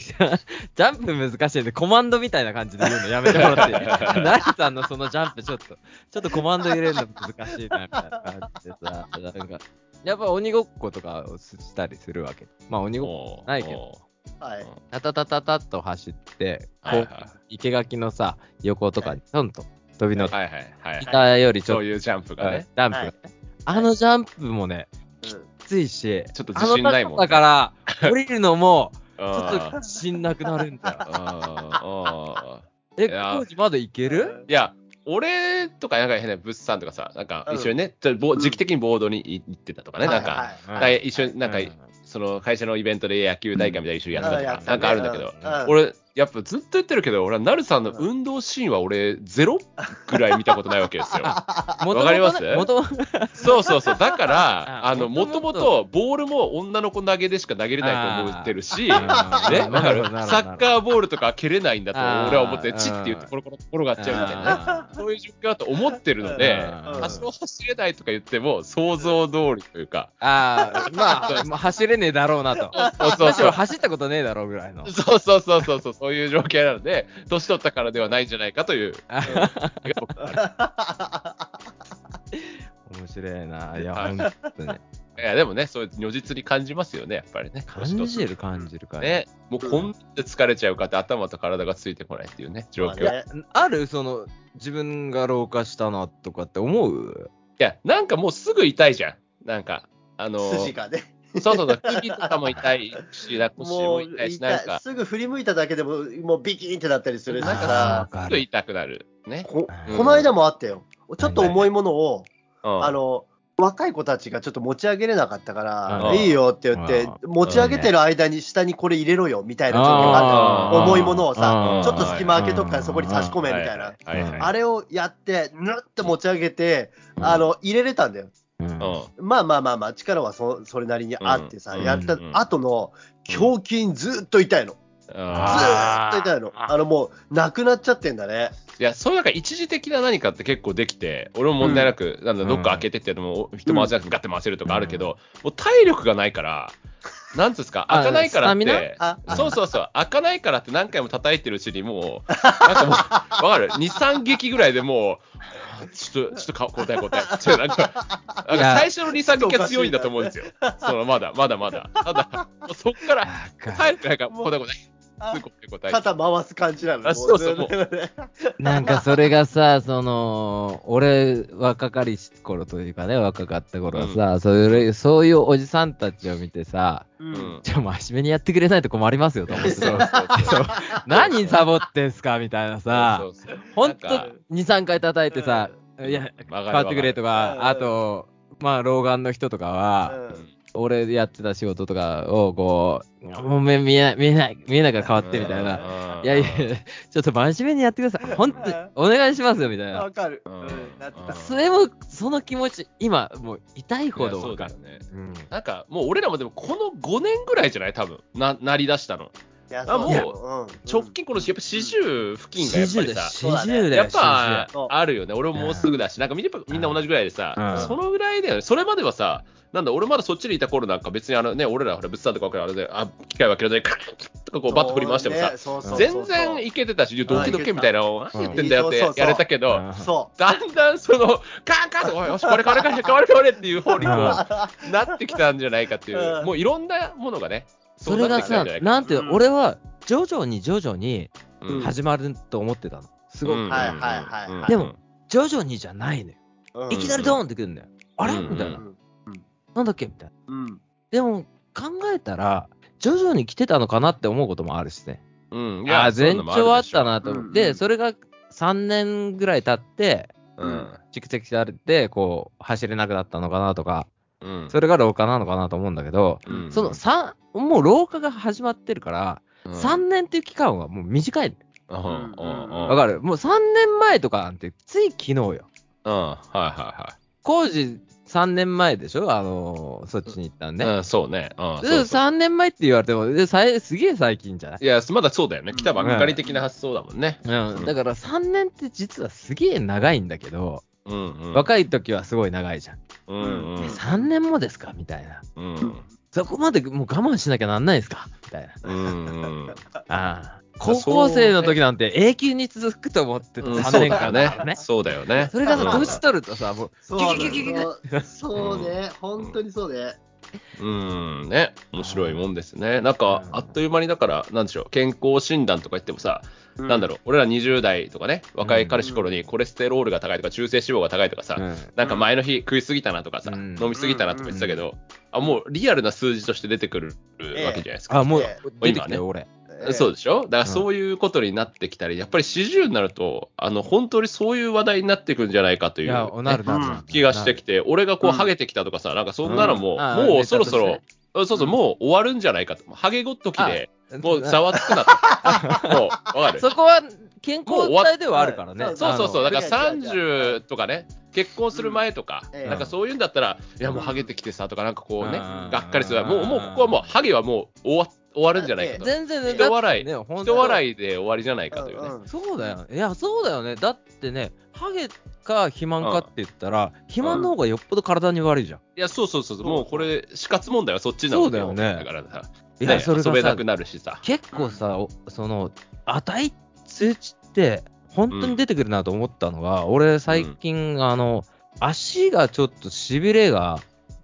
Speaker 1: ャンプ難しいんで、コマンドみたいな感じで言うのやめてもらってい いナリさんのそのジャンプ、ちょっと、ちょっとコマンド入れるの難しいな、みたいな感じでさ、なんか、やっぱ鬼ごっことかをしたりするわけ。まあ、鬼ごっこ、
Speaker 2: もう
Speaker 1: ないけど
Speaker 2: も
Speaker 3: はい。
Speaker 1: タタタタタッと走って、
Speaker 2: うはい
Speaker 1: こ
Speaker 2: は
Speaker 1: う、生垣のさ、横とかに、トンと飛び乗
Speaker 2: い
Speaker 1: っ
Speaker 2: はいはいはい
Speaker 1: て、
Speaker 2: はい。
Speaker 1: 板よりちょっ
Speaker 2: そ
Speaker 1: と
Speaker 2: う、いうジャンプがね。
Speaker 1: ジャンプがね、あのジャンプもね、
Speaker 3: うん
Speaker 1: きついし、
Speaker 2: ちょっと自信ないもん
Speaker 1: あの
Speaker 2: ね
Speaker 1: 高さから降りるの も、
Speaker 2: ち
Speaker 1: ちょっと自信なくなるんだよ。
Speaker 2: ああ。
Speaker 1: え、
Speaker 2: いや
Speaker 1: 工事まだいける
Speaker 2: いや、俺とか、なんか変な物産とかさ、なんか一緒にね、ちょぼ時期的にボードに行ってたとかね、なんか、
Speaker 3: はい
Speaker 2: な
Speaker 1: は
Speaker 2: ん
Speaker 1: い
Speaker 2: か一緒に、なんか、
Speaker 1: はい
Speaker 2: その会社のイベントで野球大会みたいな一緒にやった
Speaker 3: は
Speaker 2: と
Speaker 3: いやっ
Speaker 2: か
Speaker 3: て、た
Speaker 2: なんかあるんだけど、
Speaker 3: ねうん
Speaker 2: 俺、やっぱずっと言ってるけど、俺はなるさんの運動シーンは俺、ゼロぐらい見たことないわ けですよ。
Speaker 1: 元々ね
Speaker 2: わかります
Speaker 1: 元々
Speaker 2: そうそうそう。だか
Speaker 1: あ
Speaker 2: ら、あの、
Speaker 1: も
Speaker 2: もと
Speaker 1: と
Speaker 2: も
Speaker 1: もと
Speaker 2: と、ボールも女の子投げでしか投げれないと思ってるし、ね、だ
Speaker 1: あーな
Speaker 2: か
Speaker 1: るほどなるほどなるほ
Speaker 2: ら
Speaker 1: ど
Speaker 2: サッカーボールとか蹴れないんだと
Speaker 1: あー
Speaker 2: 俺は思って、
Speaker 1: うん
Speaker 2: チッて言ってコロコロ転がっちゃうみたいなね。
Speaker 1: あー
Speaker 2: そういう状況だと思ってるので、
Speaker 1: うん
Speaker 2: 走を走れないとか言っても、想像通りというか、
Speaker 1: あー、まあ、もう走れねえだろうなと。
Speaker 2: そうそう
Speaker 1: むし
Speaker 2: そう
Speaker 1: ろ。走ったことねえだろうぐらいの。
Speaker 2: そうそうそうそうそう、そういう状況なので、年取ったからではないんじゃないかという。
Speaker 1: 面白い な。いや、
Speaker 2: はい
Speaker 1: 本当に。
Speaker 2: いや、でもね、そういう如実に感じますよね、やっぱりね。
Speaker 1: 感
Speaker 2: 年取
Speaker 1: じ
Speaker 2: っ
Speaker 1: る感じる
Speaker 2: た
Speaker 1: 感じる。
Speaker 2: ね、もうこんなで疲れちゃうかって頭と体がついてこないっていうね、状
Speaker 3: まあ
Speaker 2: 況。
Speaker 3: ね
Speaker 1: あるその、自分が老化したなとかって思う
Speaker 2: いや、なんかもうすぐ痛いじゃん。なんか、あのー
Speaker 3: 筋がね、
Speaker 2: そうそうそう、首とかも痛いし、だっこ腰
Speaker 3: も
Speaker 2: も
Speaker 3: う
Speaker 2: 痛いし、
Speaker 3: 痛
Speaker 2: なん
Speaker 3: い
Speaker 2: か、
Speaker 3: すぐ振り向いただけでも、もうビキーンってなったりする
Speaker 2: だ
Speaker 3: し
Speaker 1: あ
Speaker 2: か
Speaker 1: ーわ
Speaker 3: さ、
Speaker 2: す
Speaker 1: か
Speaker 2: ぐ
Speaker 1: る。
Speaker 2: 痛くなる。ね。
Speaker 3: こ
Speaker 1: うん
Speaker 3: この間もあったよ、ちょっと重いものを、
Speaker 2: うん
Speaker 3: あの若い子たちがちょっと持ち上げれなかったから、
Speaker 2: うん
Speaker 3: いいよって言って、持ち上げてる間に下にこれ入れろよみたいな状況があった
Speaker 2: あー
Speaker 3: の重いものを
Speaker 2: あ
Speaker 3: さ
Speaker 2: ー、
Speaker 3: ちょっと隙間開けとくからそこに差し込めみたいな。
Speaker 2: はいはいはい
Speaker 3: あれをやって、ぬって持ち上げて、
Speaker 1: うん
Speaker 3: あの入れれたんだよ。
Speaker 1: うん
Speaker 2: うんうん
Speaker 3: まあまあまあまあ、力はそそれなりにあってさ、
Speaker 2: うん
Speaker 3: やった後の胸筋ずっと痛いの。ずー
Speaker 2: あ
Speaker 3: っと痛いの。あのもう、なくなっちゃってんだね。
Speaker 2: ーいや、そういうなんか一時的な何かって結構できて、俺も問題なく、なんだ、どっか開けてって、もう人回せなくてガッて回せるとかあるけど、もう体力がないから、なんつうんですか、開かないからっ
Speaker 1: あスタミナ
Speaker 2: て、
Speaker 3: あ、
Speaker 2: そうそうそう、開かないからって何回も叩いてるうちに、もう、なんかもう、わかる ?2、3撃ぐらいでもう、ちょっと、ちょっと顔、交代交代。ちょっとなんか、なん
Speaker 1: い
Speaker 2: か
Speaker 1: や
Speaker 2: 最初の2、3撃が強いんだと思うんですよ。そのまだ、まだまだ。ただ、もうそっから、
Speaker 1: あーか
Speaker 2: 体力なんか、交代交代。すぐ交代交代。
Speaker 3: 肩回す感じなの。
Speaker 2: あそうそう
Speaker 3: もね
Speaker 1: なんかそれがさ、その、俺、若かりし頃というかね、若かった頃はさ、それそういうおじさんたちを見てさ、
Speaker 3: う
Speaker 2: うんん。
Speaker 1: ちょ、真面目にやってくれないと困りますよと思って
Speaker 2: そ
Speaker 1: さ
Speaker 2: うそうそう
Speaker 1: 何サボってんすかみたいなさ
Speaker 2: そ、うそう
Speaker 1: ほんと
Speaker 2: なんか
Speaker 1: 2、3回叩いてさ、いや、
Speaker 2: わか
Speaker 1: 変
Speaker 2: る
Speaker 1: わ
Speaker 2: わ
Speaker 1: っ
Speaker 2: か
Speaker 1: て
Speaker 2: る
Speaker 1: くれと
Speaker 3: う
Speaker 1: か、
Speaker 3: ん
Speaker 1: あと、まあ、老眼の人とかは、俺やってた仕事とかをこう、もう目見えない、見えない、見えないから変わってみたいな。
Speaker 2: な
Speaker 1: うんいやいや、ちょっと真面目にやってください。本当にお願いしますよ、みたい
Speaker 3: わ
Speaker 1: な。
Speaker 3: かる。う
Speaker 2: うん
Speaker 3: ん。なってた。
Speaker 1: それも、その気持ち、今、もう痛いほど
Speaker 2: そう
Speaker 1: 分
Speaker 2: だ
Speaker 1: か
Speaker 2: よ
Speaker 1: る。
Speaker 2: ね。
Speaker 1: うん
Speaker 2: なんか、もう俺らもでも、この5年ぐらいじゃない多分、な、なりだしたの。
Speaker 3: いや
Speaker 2: あもう
Speaker 3: そう
Speaker 2: 直近、この、やっぱ40付近がやっぱりさ、
Speaker 3: そうだね
Speaker 1: 40だよ
Speaker 2: やっぱ
Speaker 3: そう
Speaker 2: あるよね、俺ももうすぐだし、なんかみんなみんな同じぐらいでさ、
Speaker 1: うん
Speaker 2: そのぐらいだよね、それまではさ、なんだ、俺まだそっちにいた頃なんか別にあのね、俺らほら、物産とかわかるあれで、あ、機械は切らない、カッとかこうバット振り回してもさ、
Speaker 3: さ
Speaker 2: 全然いけてたし、ドキドキみたいなの、何言ってんだよってやれたけど、
Speaker 1: うん
Speaker 3: そ
Speaker 2: だんだんその、カンカンと、おい、よし、これ、これ、これ、これ、これっていう方にこう、なってきたんじゃないかっていうう、
Speaker 3: ん
Speaker 2: もういろんなものがね、
Speaker 1: それが
Speaker 2: そうな
Speaker 1: さ
Speaker 2: ってきたんじゃない、か
Speaker 1: なんていう
Speaker 3: う
Speaker 1: の、
Speaker 3: ん
Speaker 1: 俺は徐々に徐々に
Speaker 2: うん
Speaker 1: 始まると思ってたの。すご
Speaker 2: うん
Speaker 1: く。
Speaker 3: はいはいはいはい
Speaker 1: でも徐々にじゃないのよ。
Speaker 3: う。
Speaker 1: いきなりドーンってくるんだよ。あれ
Speaker 2: うん
Speaker 1: みたいな。
Speaker 3: う
Speaker 1: なんだっけみたいな。
Speaker 3: ん。
Speaker 1: でも、考えたら、徐々に来てたのかなって思うこともあるしね。
Speaker 2: うん、いや
Speaker 1: ああ、前兆あった。なと
Speaker 3: と
Speaker 1: 思
Speaker 3: 思
Speaker 1: っ、
Speaker 3: ってて
Speaker 1: でそれが3年ぐらい経って、
Speaker 2: そういうのもあるでし
Speaker 1: 蓄積されて、こう、走れなくなったのかなとか、
Speaker 2: ょうん、うん
Speaker 1: それが老化なのかなと思うんだけど、
Speaker 2: うん
Speaker 1: その3、もう老化が始まってるから、3年っていう期間はもう短い。
Speaker 2: うんうんうん
Speaker 1: わ
Speaker 2: る。
Speaker 1: かるもう3年前とかなんて、つい昨日よ。
Speaker 2: うん、はいは
Speaker 1: 工事3年前でしょあのーそっちに行ったん
Speaker 2: い
Speaker 1: で。
Speaker 2: はい。うん、そうね。うん、
Speaker 1: で
Speaker 2: そうそう
Speaker 1: 3年前って言われても、でさいすげえ最近じゃない
Speaker 2: いや、まだそうだよね。来たばっかり的な発想だもんね。
Speaker 1: うん、だから3年って実はすげえ長いんだけど、
Speaker 2: うん、うん。
Speaker 1: 若い時はすごい長いじゃん。
Speaker 2: うん、うん
Speaker 1: え3年もですかみたいな。
Speaker 2: うん、
Speaker 1: そこまでもう我慢しなきゃなんないですかみたいな。
Speaker 2: うん、うん。
Speaker 1: ああ高校生の時なんて永久に続くと思ってた
Speaker 2: うん
Speaker 1: 3年間だ
Speaker 2: そう
Speaker 1: から
Speaker 2: だ
Speaker 1: ね。
Speaker 2: そうだよね。
Speaker 1: それがさ、
Speaker 2: うん
Speaker 1: 年取るとさ、もう、
Speaker 3: そうね。そうね。本当にそうね。
Speaker 2: うん、ね。面白いもんですね。なんか、あっという間にだから、なんでしょう、健康診断とか言ってもさ、なんだろう、俺ら20代とかね、若い彼氏頃にコレステロールが高いとか、中性脂肪が高いとかさ、なんか前の日食いすぎたなとかさ、
Speaker 1: うん
Speaker 2: 飲みすぎたなとか言ってたけど、あもうリアルな数字として出てくるわけじゃないですか。
Speaker 1: あ、もう
Speaker 3: え
Speaker 1: 出てきたよ、俺。
Speaker 3: え
Speaker 2: そうでしょだからそういうことになってきたり、やっぱり40になると、あの、本当にそういう話題になってくんじゃないかとい、
Speaker 1: いうや、なるなる
Speaker 3: う
Speaker 1: なんる。
Speaker 2: 気がしてきて、俺がこう、
Speaker 3: うん
Speaker 2: ハゲてきたとかさ、なんかそんなの
Speaker 1: う
Speaker 2: も、
Speaker 1: んあー
Speaker 2: もうそろそ
Speaker 1: ネ
Speaker 2: ろ、そうそう、もう終わるんじゃないかと。ハゲごっときで、
Speaker 1: な
Speaker 2: もうざわつく なと。もう、わかる
Speaker 1: そこは健康体ではあるからね。
Speaker 3: もう
Speaker 2: そ
Speaker 3: 終
Speaker 2: うそうそう、
Speaker 3: あ
Speaker 2: だ
Speaker 3: の
Speaker 2: から
Speaker 3: 違う違う違
Speaker 2: 30とかね、結婚する前とか、
Speaker 3: うん
Speaker 2: なんかそういうんだったら、いや、もうハゲてきてさとか、なんかこうね、
Speaker 1: うんうんうん
Speaker 2: がっかりする、もう、もうここはもう、ハゲはもう終わ終わるんじゃない
Speaker 1: あ
Speaker 2: か
Speaker 1: の
Speaker 2: と。
Speaker 1: 全然ね、
Speaker 2: 人笑い
Speaker 1: だってね
Speaker 2: 人
Speaker 1: い。
Speaker 2: 笑いで終わりじゃないかという
Speaker 3: う
Speaker 2: ね。
Speaker 3: ん
Speaker 1: そうだよ。いや、そうだよね。だってね、ハゲか肥満かって言ったら、肥満の方がよっぽど体に悪いじゃん。
Speaker 2: いや、そうそうそう、もうこれ、死活問題はそっちな
Speaker 1: そ
Speaker 2: の
Speaker 1: うだよね
Speaker 2: だからさ、
Speaker 1: いや、
Speaker 2: ね
Speaker 1: それ
Speaker 2: 遊べ
Speaker 1: が
Speaker 2: な
Speaker 1: さ
Speaker 2: く、なるしさ。
Speaker 1: 結構さ、おその、値、数値って、本当に出てくるなと思ったのが、俺、最近、あの、足がちょっと痺れが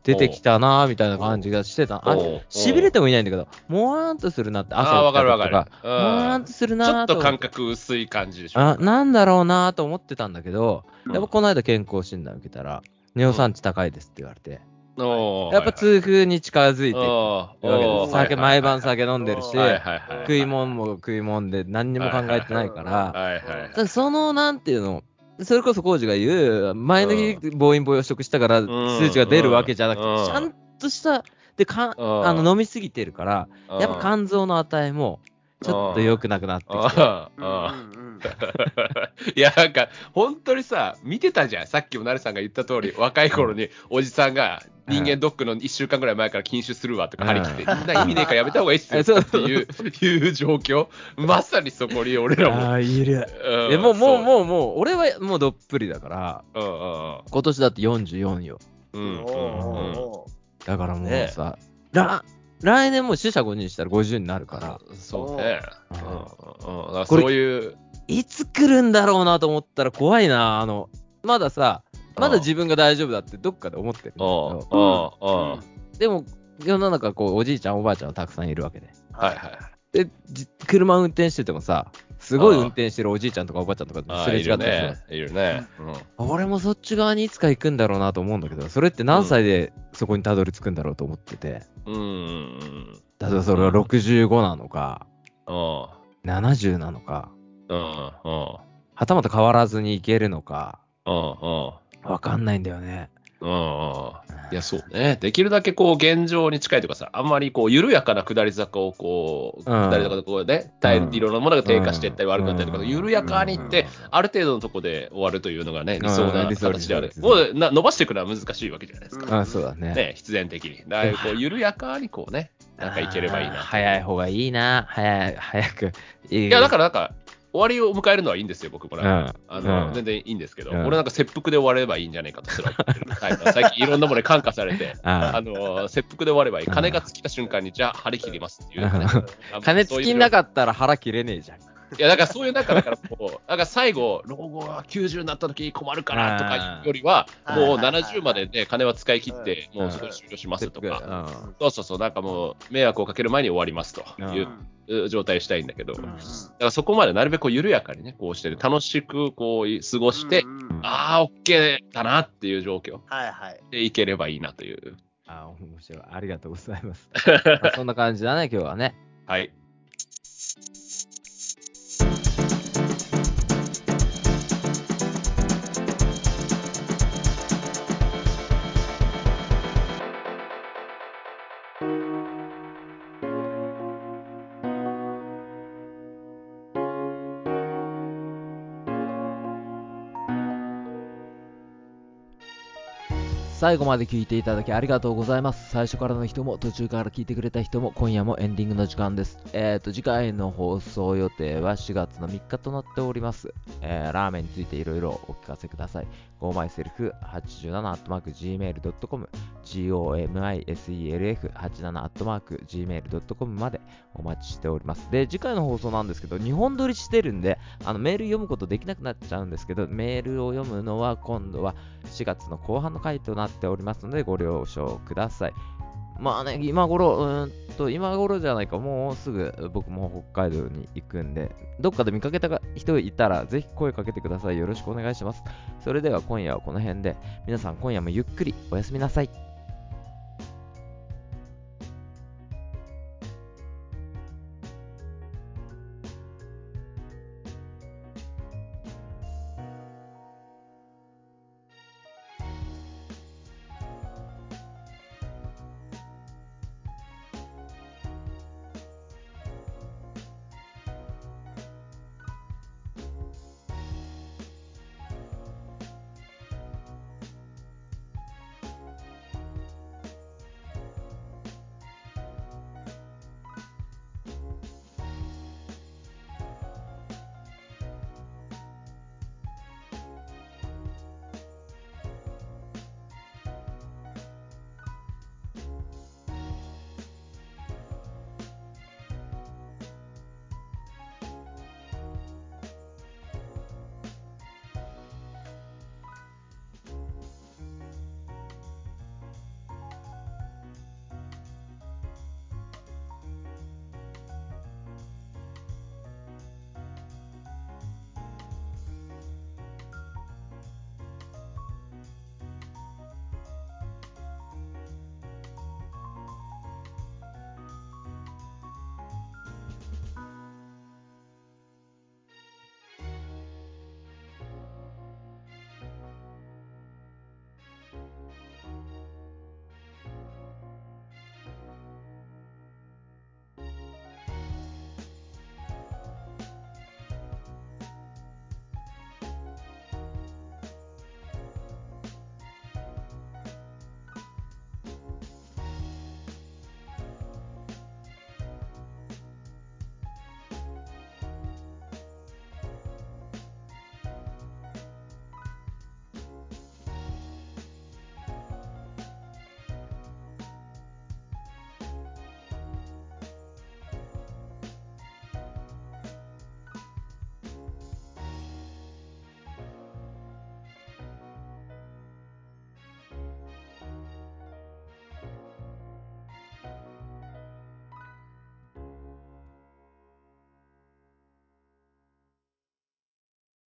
Speaker 1: 出てきたなみたいな感じがしてた。あ
Speaker 2: おう
Speaker 1: 痺れてもいないんだけど、もわーんとするなって、朝
Speaker 2: ああ、
Speaker 1: 起
Speaker 2: わ
Speaker 1: きた
Speaker 2: かるわ
Speaker 1: 時
Speaker 2: か
Speaker 1: と
Speaker 2: る
Speaker 1: か、。もわー
Speaker 2: うん
Speaker 1: んとする
Speaker 2: ちょ
Speaker 1: な
Speaker 2: っ
Speaker 1: ーと思
Speaker 2: と
Speaker 1: って
Speaker 2: 感覚薄い感じでしょ。
Speaker 1: あなんだろうなと思ってたんだけど、
Speaker 2: うん
Speaker 1: やっぱこの間健康診断受けたら、尿酸値高いですって言われて、
Speaker 2: おー
Speaker 1: やっぱ痛風に近づいていくわ
Speaker 2: は
Speaker 1: け
Speaker 2: いはいおー
Speaker 1: で
Speaker 2: おー
Speaker 1: す。酒、毎晩
Speaker 2: はい
Speaker 1: 酒飲んでるし、
Speaker 3: はい
Speaker 2: はいはい
Speaker 1: 食い物も食い物で何にも考えてないから、
Speaker 2: はいはい
Speaker 1: だからその、なんていうの、それこそ浩二が言う、前の日、暴飲暴食したから、
Speaker 2: ん
Speaker 1: 数値が出るわけじゃなくて、
Speaker 2: うん
Speaker 1: ちゃんとした、でかん
Speaker 2: うん
Speaker 1: あの飲みすぎてるから、
Speaker 2: うん
Speaker 1: やっぱ肝臓の値も、ちょっと良くなくなってきて。
Speaker 2: ああ
Speaker 3: うん
Speaker 2: あ
Speaker 3: うんうん
Speaker 2: あいやなんか本当にさ見てたじゃんさっきもなるさんが言った通り若い頃におじさんが人間ドックの1週間ぐらい前から禁酒するわとか張り切って
Speaker 1: う
Speaker 2: みんな意味ねえからやめた方がい いっすよっていういう状況まさにそこに俺らも
Speaker 1: あ、いる。
Speaker 2: うん
Speaker 1: えもうもう
Speaker 2: う
Speaker 1: もうもう俺はもうどっぷりだから
Speaker 2: うん
Speaker 1: 今年だって44よ
Speaker 2: うんうんうん
Speaker 3: お
Speaker 2: うんうん
Speaker 3: ーおーおー
Speaker 1: だからもう
Speaker 2: ね
Speaker 1: さ、ら来年もう死者5人したら50になるから
Speaker 2: そうね
Speaker 1: う
Speaker 2: うんんうんうんだから
Speaker 1: これ
Speaker 2: そういう
Speaker 1: いつ来るんだろうなと思ったら怖いなあのまださまだ自分が大丈夫だってどっかで思ってるんだけ
Speaker 2: うんうん
Speaker 1: ど
Speaker 2: うん
Speaker 1: でも世の中こうおじいちゃんおばあちゃんはたくさんいるわけで
Speaker 2: はいはい
Speaker 1: でじ車運転しててもさすごい運転してるおじいちゃんとかおばあちゃんとか
Speaker 2: あ
Speaker 1: す
Speaker 2: ー
Speaker 1: れ
Speaker 2: い
Speaker 1: 違っ
Speaker 2: る
Speaker 1: てる
Speaker 2: ねいるねうん
Speaker 1: 俺もそっち側にいつか行くんだろうなと思うんだけどそれって何歳でそこにたどり着くんだろうと思ってて、
Speaker 2: うんうんうん
Speaker 1: 例えばそれは65なのか、
Speaker 2: うん
Speaker 1: 70なのか、
Speaker 2: うんうん
Speaker 1: はたまた変わらずにいけるのか、
Speaker 2: うんうん
Speaker 1: わかんないんだよね。
Speaker 2: うんうんいや、そうね。できるだけこう、現状に近いとかさ、あんまりこう、緩やかな下り坂をこう、
Speaker 1: うん
Speaker 2: 下り坂でこうね、体いろんなものが低下していったり悪くなったりとか、
Speaker 1: うん
Speaker 2: 緩やかに行って、ある程度のとこで終わるというのがね、理想
Speaker 1: うん
Speaker 2: な
Speaker 1: 理想理
Speaker 2: 形
Speaker 1: 想
Speaker 2: である
Speaker 1: 理。想
Speaker 2: もうな伸ばしていくのは難しいわけじゃないですか。
Speaker 1: あそうだね。
Speaker 2: ね、必然的に。だからこう、緩やかにこうね、なんかいければいい
Speaker 1: あー
Speaker 2: な。
Speaker 1: 早い方がいいな。早い、早く。い、
Speaker 2: いや、だかららなんか、終わりを迎えるのはいいんですよ、僕もなんか。
Speaker 1: うん
Speaker 2: あの、
Speaker 1: うん
Speaker 2: 全然いいんですけど、
Speaker 1: うん
Speaker 2: 俺なんか切腹で終わればいいんじゃないかとすら思 ってる。はい、最近いろんなものに感化されて、
Speaker 1: あ
Speaker 2: あの、切腹で終わればいい。金が尽きた瞬間に、じゃあ、張り切りますっていう、ね。あの
Speaker 1: 金
Speaker 2: そ
Speaker 1: 尽
Speaker 2: ういう
Speaker 1: きなかったら腹切れねえじゃん。
Speaker 2: いや、だからそういう中だから、こう、なんか最後、老後が90になった時困るからとかいうよりは、
Speaker 3: うん
Speaker 2: もう
Speaker 3: はいはいはい
Speaker 2: 70までで金は使い切って、
Speaker 1: うん
Speaker 2: もうそれ終了しますと
Speaker 1: う
Speaker 2: か。
Speaker 1: ん
Speaker 2: そうそうそう、なんかもう、迷惑をかける前に終わりますという
Speaker 3: うん
Speaker 2: う状態にしたいんだけど、
Speaker 3: うんう
Speaker 2: だ
Speaker 3: ん
Speaker 2: からそこまでなるべくこう緩やかにね、こうしてね、楽しくこう過ごして、
Speaker 3: うんうん
Speaker 2: ああ、オッケーだなっていう状況
Speaker 3: はいはい。
Speaker 2: でいければいいなという。
Speaker 1: あー、面白い。ありがとうござい ます。まあそんな感じだね、今日はね。
Speaker 2: はい。
Speaker 5: 最後まで聞いていただきありがとうございます最初からの人も途中から聞いてくれた人も今夜もエンディングの時間ですえー、と次回の放送予定は4月の3日となっておりますえー、ラーメンについていろいろお聞かせください gomyself87-gmail.com gomiself87-gmail.com までお待ちしておりますで次回の放送なんですけど2本撮りしてるんであのメール読むことできなくなっちゃうんですけどメールを読むのは今度は4月の後半の回となっておりますのでご了承ください。まあね、今頃、うーんと、今頃じゃないか、もうすぐ僕も北海道に行くんで、どっかで見かけた人いたら、ぜひ声かけてください。よろしくお願いします。それでは今夜はこの辺で、皆さん今夜もゆっくりおやすみなさい。